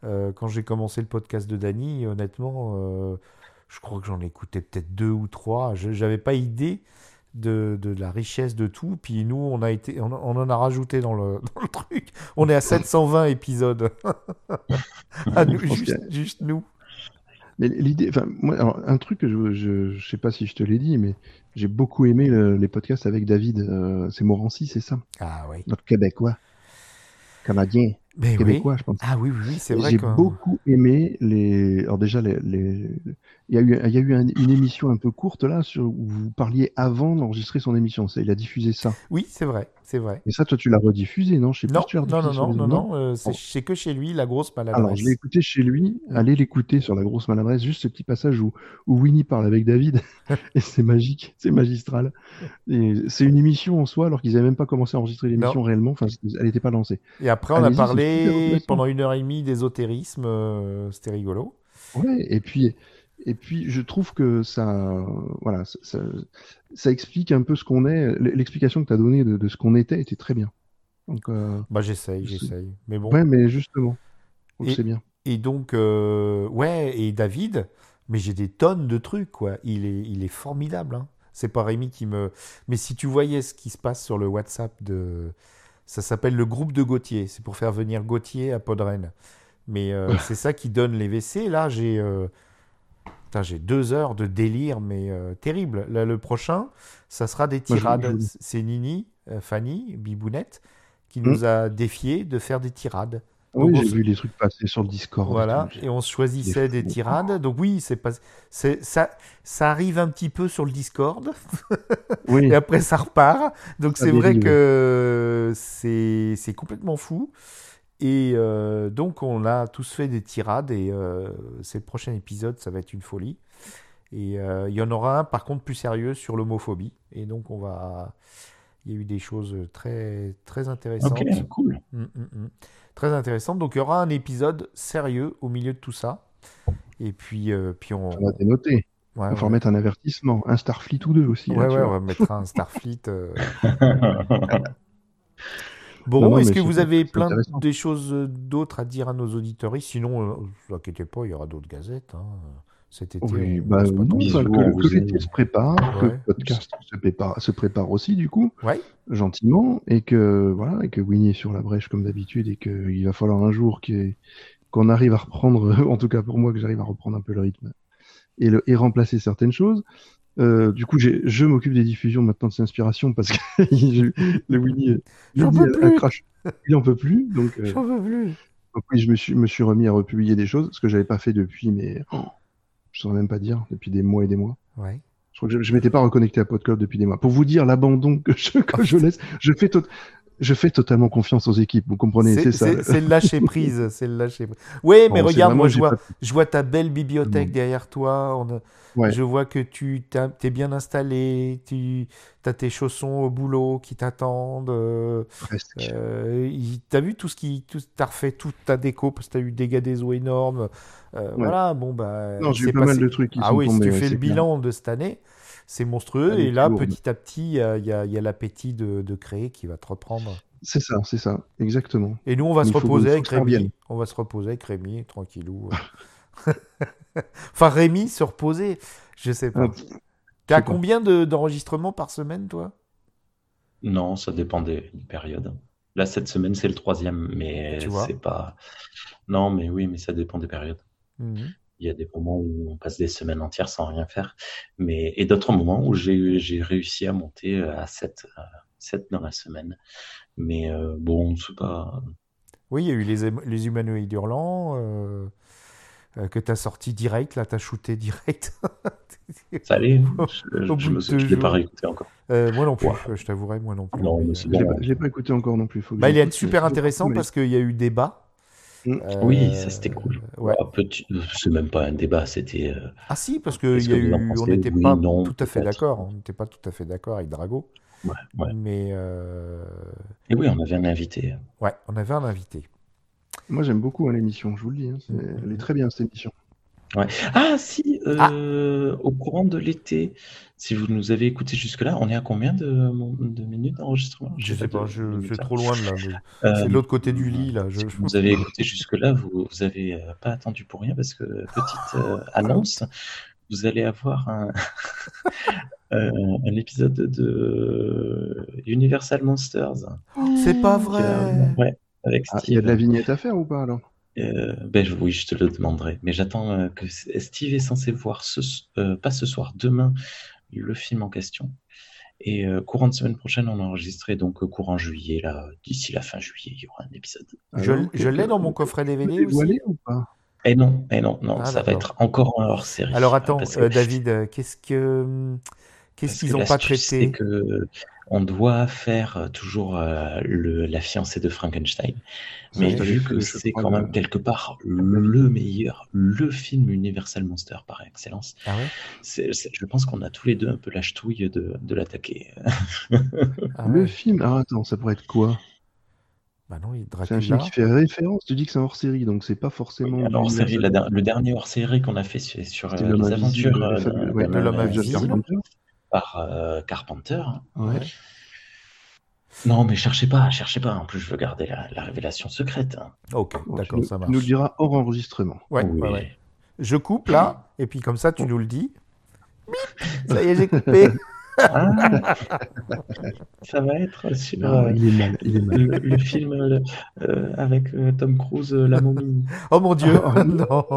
S4: Euh, quand j'ai commencé le podcast de Dany, honnêtement, euh, je crois que j'en écoutais peut-être deux ou trois. Je n'avais pas idée de, de la richesse de tout. Puis nous, on, a été, on, on en a rajouté dans le, dans le truc. On est à 720 épisodes. À nous,
S5: Je pense
S4: juste, juste nous.
S5: Mais l'idée, enfin, moi, alors, un truc que je, je, je sais pas si je te l'ai dit, mais j'ai beaucoup aimé le- les podcasts avec David. euh, c'est Morancy, c'est ça,
S4: Ah oui.
S5: notre Québécois, Canadien,
S4: Mais oui.
S5: Québécois, je pense.
S4: Ah oui, oui, oui, c'est
S5: Et
S4: vrai
S5: J'ai
S4: que...
S5: beaucoup aimé les. Alors déjà, les, les- il y a eu, il y a eu un- une émission un peu courte là sur où vous parliez avant d'enregistrer son émission. C'est- Il a diffusé ça.
S4: Oui, c'est vrai, c'est vrai.
S5: Et ça, toi, tu l'as rediffusé, non Je sais plus
S4: Non,
S5: si tu l'as
S4: non, non,
S5: rediffusé sur
S4: non,
S5: les-
S4: non, non, euh, c'est
S5: Bon.
S4: c'est que chez lui, la grosse maladresse.
S5: Alors, je l'ai écouté chez lui. Allez l'écouter sur la grosse maladresse. Juste ce petit passage où, où Winnie parle avec David. et c'est magique, c'est magistral. Et C'est une émission en soi, alors qu'ils n'avaient même pas commencé à enregistrer l'émission réellement. Enfin, elle n'était pas lancée.
S4: Et après, on a
S5: Allez-y, c'est super
S4: parlé
S5: intéressant.
S4: pendant une heure et demie d'ésotérisme. euh, C'était rigolo.
S5: Ouais, et puis, et puis je trouve que ça, euh, voilà, ça, ça, ça explique un peu ce qu'on est. L- L'explication que tu as donnée de, de ce qu'on était était très bien. Donc, euh,
S4: Bah, j'essaye,
S5: C'est-
S4: j'essaye. Mais bon.
S5: ouais, mais justement, donc
S4: Et-
S5: c'est bien.
S4: Et donc, euh, ouais, et David, mais j'ai des tonnes de trucs, quoi. Il est, il est formidable. Hein. C'est pas Rémi qui me. Mais si tu voyais ce qui se passe sur le WhatsApp de. Ça s'appelle le groupe de Gauthier. C'est pour faire venir Gauthier à Podren. Mais euh, c'est ça qui donne les WC. Là, j'ai. euh, putain, j'ai deux heures de délire, mais euh, terrible. Là, le prochain, ça sera des
S5: je-
S4: tirades.
S5: je-
S4: C'est Nini, euh, Fanny, Bibounette, qui
S5: Hmm.
S4: nous a défiés de faire des tirades.
S5: Oui,
S4: gros,
S5: j'ai
S4: c'est-
S5: vu les trucs passer sur le Discord.
S4: Voilà,
S5: Oh, J'ai-
S4: et on choisissait
S5: des
S4: des
S5: fous.
S4: tirades. Donc oui, c'est pas, c'est ça, ça arrive un petit peu sur le Discord
S5: Oui,
S4: et après ça repart. Donc
S5: Ça
S4: c'est vrai
S5: dérive.
S4: que c'est c'est complètement fou. Et euh, donc on a tous fait des tirades et euh, c'est le prochain épisode, ça va être une folie. Et euh, il y en aura un par contre plus sérieux sur l'homophobie. Et donc on va, il y a eu des choses très très intéressantes.
S6: Ah, Ok, cool.
S4: Mm, mm, mm. Très intéressant. Donc il y aura un épisode sérieux au milieu de tout ça. Et puis, euh, puis on,
S5: on a été noté. Il
S4: ouais,
S5: faut
S4: Ah ouais.
S5: remettre un avertissement, un Starfleet ou deux aussi. là,
S4: Ouais,
S5: tu
S4: ouais,
S5: vois.
S4: on va mettre un Starfleet. euh.
S5: Non,
S4: Bon,
S5: non,
S4: est-ce
S5: mais
S4: que
S5: c'est-
S4: vous avez
S5: c'est
S4: plein
S5: intéressant.
S4: des choses euh, d'autres à dire à nos auditeurs Sinon, euh, vous inquiétez pas, il y aura d'autres gazettes. hein. Cet été,
S5: Oui,
S4: on
S5: bah,
S4: passe pas
S5: non,
S4: trop.
S6: Bisous,
S5: enfin, que,
S6: on
S5: le-
S6: vous
S5: que l'été
S6: aime.
S5: se prépare, que
S4: Ouais.
S5: le podcast se prépare, se prépare aussi, du coup,
S4: Ouais.
S5: gentiment, et que, voilà, et que Winnie est sur la brèche comme d'habitude, et qu'il va falloir un jour qu'il- qu'on arrive à reprendre, en tout cas pour moi, que j'arrive à reprendre un peu le rythme et, le, et remplacer certaines choses. Euh, du coup, j'ai- je m'occupe des diffusions maintenant de Inspiration parce que j'ai- le Winnie,
S4: J'en
S5: Winnie
S4: peux
S5: a- a
S4: plus.
S5: craché. il en peut plus. Donc, euh,
S4: J'en veux plus.
S5: donc oui, je me suis, me suis remis à republier des choses, ce que j'avais pas fait depuis, mais oh, je saurais même pas dire, depuis des mois et des mois.
S4: Ouais.
S5: Je crois que je, je m'étais pas reconnecté à Podcloud depuis des mois. Pour vous dire l'abandon que je,
S4: Ah,
S5: que je laisse, je fais, tot- je fais totalement confiance aux équipes, vous comprenez, c'est
S4: C'est
S5: ça.
S4: c'est- c'est le lâcher prise, c'est le lâcher prise. Oui, mais
S5: Bon, c'est
S4: regarde,
S5: vraiment
S4: moi
S5: que
S4: je
S5: j'ai
S4: vois,
S5: pas-
S4: je vois ta belle bibliothèque derrière toi. on a-
S5: Ouais.
S4: Je vois que tu es bien installé, tu as tes chaussons au boulot qui t'attendent. euh,
S5: presque.
S4: euh, il- t'as vu tout ce qui, tout, t'as refait toute ta déco parce que t'as eu des dégâts des eaux énormes. Euh, Voilà, bon bah.
S5: non, j'ai
S4: c'est
S5: eu pas
S4: passé-
S5: mal de trucs qui
S4: Ah
S5: sont
S4: oui, si
S5: tombés.
S4: tu
S5: ouais,
S4: fais
S5: c'est
S4: le
S5: clair. Ah,
S4: bilan de cette année, c'est monstrueux.
S5: Elle est
S4: Et là,
S5: lourde.
S4: petit à petit, euh, il y a, il y a l'appétit de, de créer qui va te reprendre.
S5: C'est ça, c'est ça, exactement.
S4: Et nous, on va
S5: Il
S4: se
S5: faut-
S4: reposer
S5: il faut
S4: avec
S5: que ça revienne.
S4: Rémi. On va se reposer avec Rémi, tranquillou. enfin, Rémi se reposer, je sais pas.
S5: Ah, pff,
S4: T'es
S5: je
S4: à
S5: sais pas.
S4: combien de- d'enregistrements par semaine, toi
S6: Non, ça dépend des périodes. Là, cette semaine, c'est le troisième, mais
S4: Tu vois.
S6: c'est pas. Non, mais oui, mais ça dépend des périodes.
S4: Mhm.
S6: Il y a des moments où on passe des semaines entières sans rien faire, mais et d'autres moments où j'ai j'ai réussi à monter euh, à 7, 7 dans la semaine. Mais euh, bon, c'est pas.
S4: Oui, il y a eu les, hum- les humanoïdes hurlants euh, euh, que t'as sorti direct, là, t'as shooté direct.
S6: Ça allait. hein. Je,
S4: Au
S6: je
S4: bout
S6: me
S4: de
S6: suis- je
S4: deux
S6: l'ai pas
S4: jours.
S6: réécouté encore.
S4: Euh, moi non plus,
S6: Ouais.
S4: euh, je t'avouerai, moi non plus.
S6: Non,
S4: mais,
S6: mais
S4: euh,
S6: c'est
S5: Je l'ai
S6: bon.
S5: pas- je l'ai pas écouté encore non plus. Faut que
S4: bah,
S5: je
S4: il est
S5: l'écoute,
S4: super
S5: mais-
S4: intéressant parce qu'il y a eu débat.
S5: Mm.
S6: Oui,
S4: Euh,
S6: ça c'était cool.
S4: ouais.
S6: Ah, petit- C'est même pas un débat, c'était. euh,
S4: Ah si, parce que
S6: Qu'est-ce
S4: il y a
S6: que vous en
S4: eu- on
S6: pensez
S4: n'était
S6: Oui,
S4: pas
S6: non,
S4: tout à fait
S6: peut-être.
S4: d'accord. On n'était pas tout à fait d'accord avec Drago.
S6: Ouais, ouais.
S4: Mais euh,
S6: Et oui, on avait un invité.
S4: ouais, on avait un invité.
S5: Moi, j'aime beaucoup hein, l'émission, je vous le dis. hein, c'est- Elle est très bien, cette émission.
S6: Ah si,
S4: Ah.
S6: euh, au courant de l'été, si vous nous avez écouté jusque-là, on est à combien de, de minutes d'enregistrement?
S4: Je
S6: J'ai
S4: sais
S6: pas
S4: pas,
S6: de
S4: je-
S6: minutes,
S4: c'est
S6: hein.
S4: trop loin de là. je-
S6: Euh,
S4: C'est de l'autre côté du lit là. Je,
S6: Si vous avez écouté jusque-là, vous, vous avez euh, pas attendu pour rien parce que petite euh,
S5: Ah
S6: annonce, vous allez avoir un, euh, un épisode de Universal Monsters.
S4: C'est pas vrai.
S6: Euh, ouais, avec
S5: Ah, il y a de la
S6: Steve.
S5: vignette à faire ou pas alors
S6: Euh, ben, je- oui, je te le demanderai. Mais j'attends euh, que S- Steve est censé voir ce, euh, pas ce soir, demain, le film en question. Et euh, courant de semaine prochaine, on a enregistré, donc euh, courant juillet, là, d'ici la fin juillet, il y aura un épisode.
S4: Je,
S5: Alors,
S4: je l'ai dans mon coffret DVD aussi.
S5: Dévoilé ou pas
S6: Et Eh non, et non, non,
S4: Ah,
S6: ça va
S4: d'accord.
S6: être encore un hors-série.
S4: Alors
S6: euh,
S4: attends,
S6: parce que-
S4: euh, David, euh, qu'est-ce que hum, qu'est-ce
S6: parce que
S4: qu'ils n'ont pas
S6: l'astuce, c'est
S4: traité
S6: que euh, on doit faire euh, toujours euh, le, la fiancée de Frankenstein. Mais
S5: je l'ai
S6: vu
S5: fait,
S6: que
S5: je
S6: c'est
S5: crois,
S6: quand
S5: le-
S6: même quelque part le meilleur, le film Universal Monster par excellence,
S4: Ah ouais
S6: c'est- c'est- je pense qu'on a tous les deux un peu la ch'touille de, de l'attaquer.
S4: Ah
S5: Le
S4: ouais.
S5: film Ah, attends, ça pourrait être quoi
S4: Bah non, il
S5: C'est un film
S4: Dracula.
S5: qui fait référence. Tu dis que c'est hors série, donc c'est pas forcément. du
S6: Alors, série, la
S5: Universal.
S6: der- le dernier hors-série qu'on a fait sur, sur,
S5: C'était
S6: euh,
S5: l'homme
S6: les
S5: invisible,
S6: aventures
S5: les
S6: euh,
S5: fabuleux-
S6: d'un-
S5: ouais,
S4: de l'homme
S6: d'un-
S5: de Jack
S4: invisible.
S5: Carpenter.
S6: par euh, Carpenter. hein.
S5: Ouais.
S6: Non, mais cherchez pas, cherchez pas. En plus, je veux garder la, la révélation secrète. hein.
S4: Ok,
S5: Bon, tu
S4: d'accord,
S5: nous-
S4: ça
S5: tu
S4: marche.
S5: nous le dira hors enregistrement.
S4: Ouais,
S6: Oui.
S4: ouais, ouais. Je coupe là, et puis comme ça, tu nous le dis. Bip Ça y est, j'ai coupé.
S6: Ah. ça va être sur
S5: Ah,
S6: euh,
S5: il est mal, il est mal.
S6: le, le film euh, euh, avec euh, Tom Cruise, euh, La momie.
S4: Oh mon Dieu,
S5: Ah,
S4: non.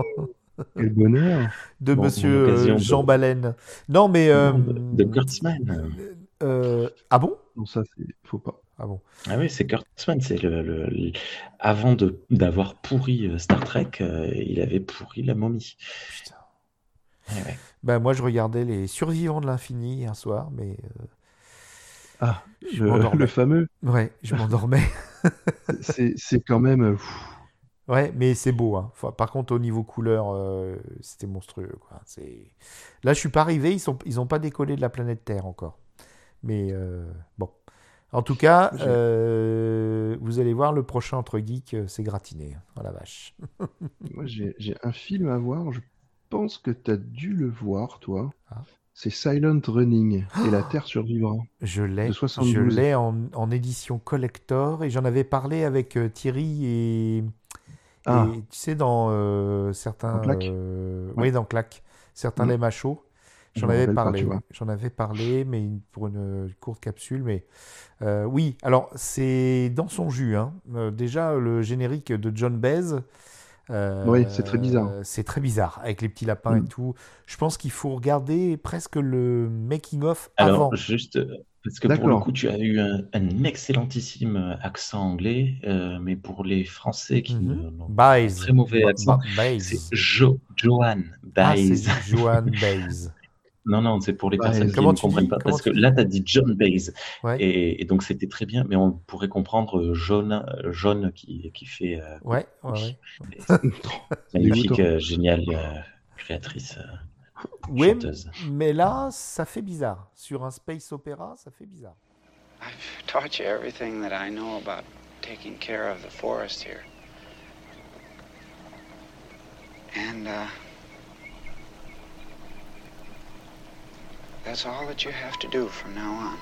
S5: Quel bonheur
S4: de
S6: Bon,
S4: monsieur
S6: mon occasion
S4: euh,
S6: de-
S4: Jean Baleine. Non, mais. euh,
S6: Non, de, de Kurtzman.
S4: euh, ah bon
S5: Non, ça, c'est faut pas.
S4: Ah bon
S6: Ah oui, c'est Kurtzman. C'est le, le- le- avant de d'avoir pourri euh, Star Trek, euh, il avait pourri La momie.
S4: Putain.
S6: Ouais, Eh ouais.
S4: Ben, moi, je regardais Les Survivants de l'Infini un soir, mais.
S5: Ah,
S4: Je
S5: le,
S4: m'endormais.
S5: le fameux,
S4: euh, ouais, je m'endormais.
S5: c'est c'est quand même. euh, pff,
S4: ouais, mais c'est beau. hein. Enfin, par contre, au niveau couleur, euh, c'était monstrueux. Quoi. C'est... Là, je suis pas arrivé. Ils sont, ils ont pas décollé de la planète Terre encore. Mais euh, bon. En tout cas,
S5: J'ai-
S4: euh, vous allez voir, le prochain entre geeks, euh, c'est gratiné. hein. Oh la vache.
S5: Moi, j'ai j'ai un film à voir. Je pense que tu as dû le voir, toi.
S4: Ah.
S5: C'est Silent Running et la Terre survivra.
S4: Je l'ai,
S5: De
S4: je
S5: 72.
S4: l'ai en, en édition collector et j'en avais parlé avec euh, Thierry et,
S5: Ah.
S4: et tu sais dans euh, certains,
S5: Dans Claque
S4: euh,
S5: Ouais.
S4: oui dans claque, certains
S5: Mhm.
S4: les machos.
S5: Je
S4: J'en
S5: me
S4: avais
S5: rappelle pas,
S4: parlé,
S5: tu vois.
S4: j'en avais parlé, mais une- pour une courte capsule. Mais euh, oui, alors c'est dans son jus. hein. Euh, déjà le générique de John Baez Euh,
S5: Oui, c'est très bizarre.
S4: euh, C'est très bizarre, avec les petits lapins
S5: Mm.
S4: et tout. Je pense qu'il faut regarder presque le making-of avant.
S6: Alors, juste, euh, parce que pour le
S5: D'accord.
S6: coup, tu as eu un, un excellentissime euh, accent anglais, euh, mais pour les Français qui
S5: Mm-hmm.
S4: Mhm.
S6: ne- n'ont
S4: Baze.
S6: très mauvais
S4: Ba-
S6: accent,
S4: Ba- Baze.
S6: c'est Jo, Johan,
S4: Ah, c'est
S6: Baez.
S4: Johan Baze.
S6: Non, non, c'est pour les
S5: Baez.
S6: personnes qui
S4: Comment
S6: ne
S4: tu
S6: comprennent
S4: dis-
S6: pas,
S4: comment
S6: parce que
S4: tu dis
S6: là, tu as dit John Baez,
S4: Ouais.
S6: et, et donc c'était très bien, mais on pourrait comprendre euh, jaune, euh, jaune qui, qui fait euh,
S4: Ouais, ouais, ouais.
S6: et
S5: C'est
S6: magnifique,
S5: dégoûtant.
S6: euh, géniale euh, créatrice, euh,
S4: Ouais,
S6: chanteuse.
S4: mais là, ça fait bizarre. Sur un space opéra, ça fait bizarre.
S7: I've taught you everything that I know about taking care of the forest here. And, uh, that's all that you have to do from now on.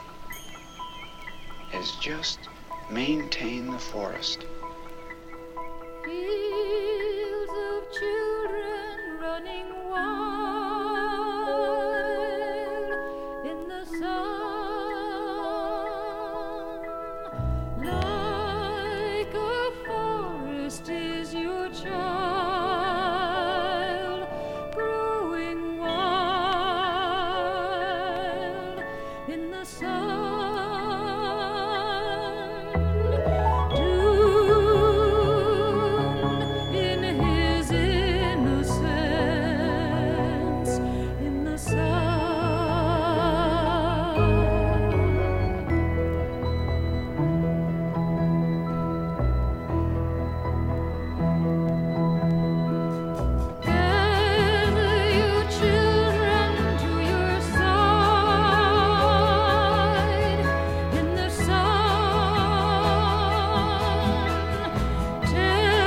S7: Is just maintain the forest.
S8: Fields of children running wild in the sun. Like a forest is your child, growing wild in the sun. Doomed in his innocence in the sun. Gather your children to your side in the sun. Tell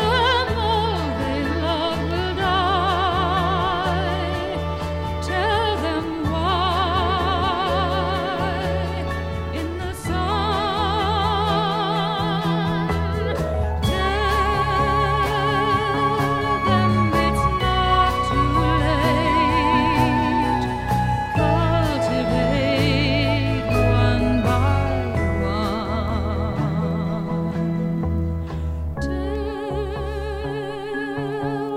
S8: them all they love will die. Tell them why in the sun. Tell them it's not too late. Cultivate one by one. Tell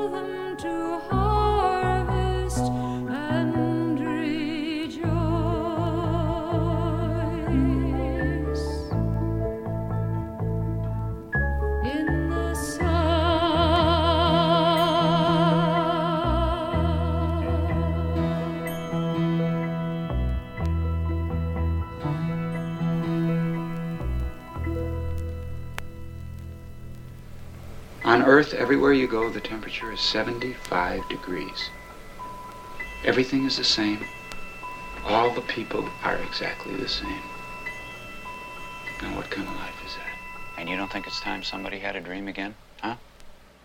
S8: them to harvest and rejoice in the sun.
S7: On Earth, everywhere you go, the temperature is 75 degrees. Everything is the same. All the people are exactly the same. Now, what kind of life is that? And you don't think it's time somebody had a dream again, huh?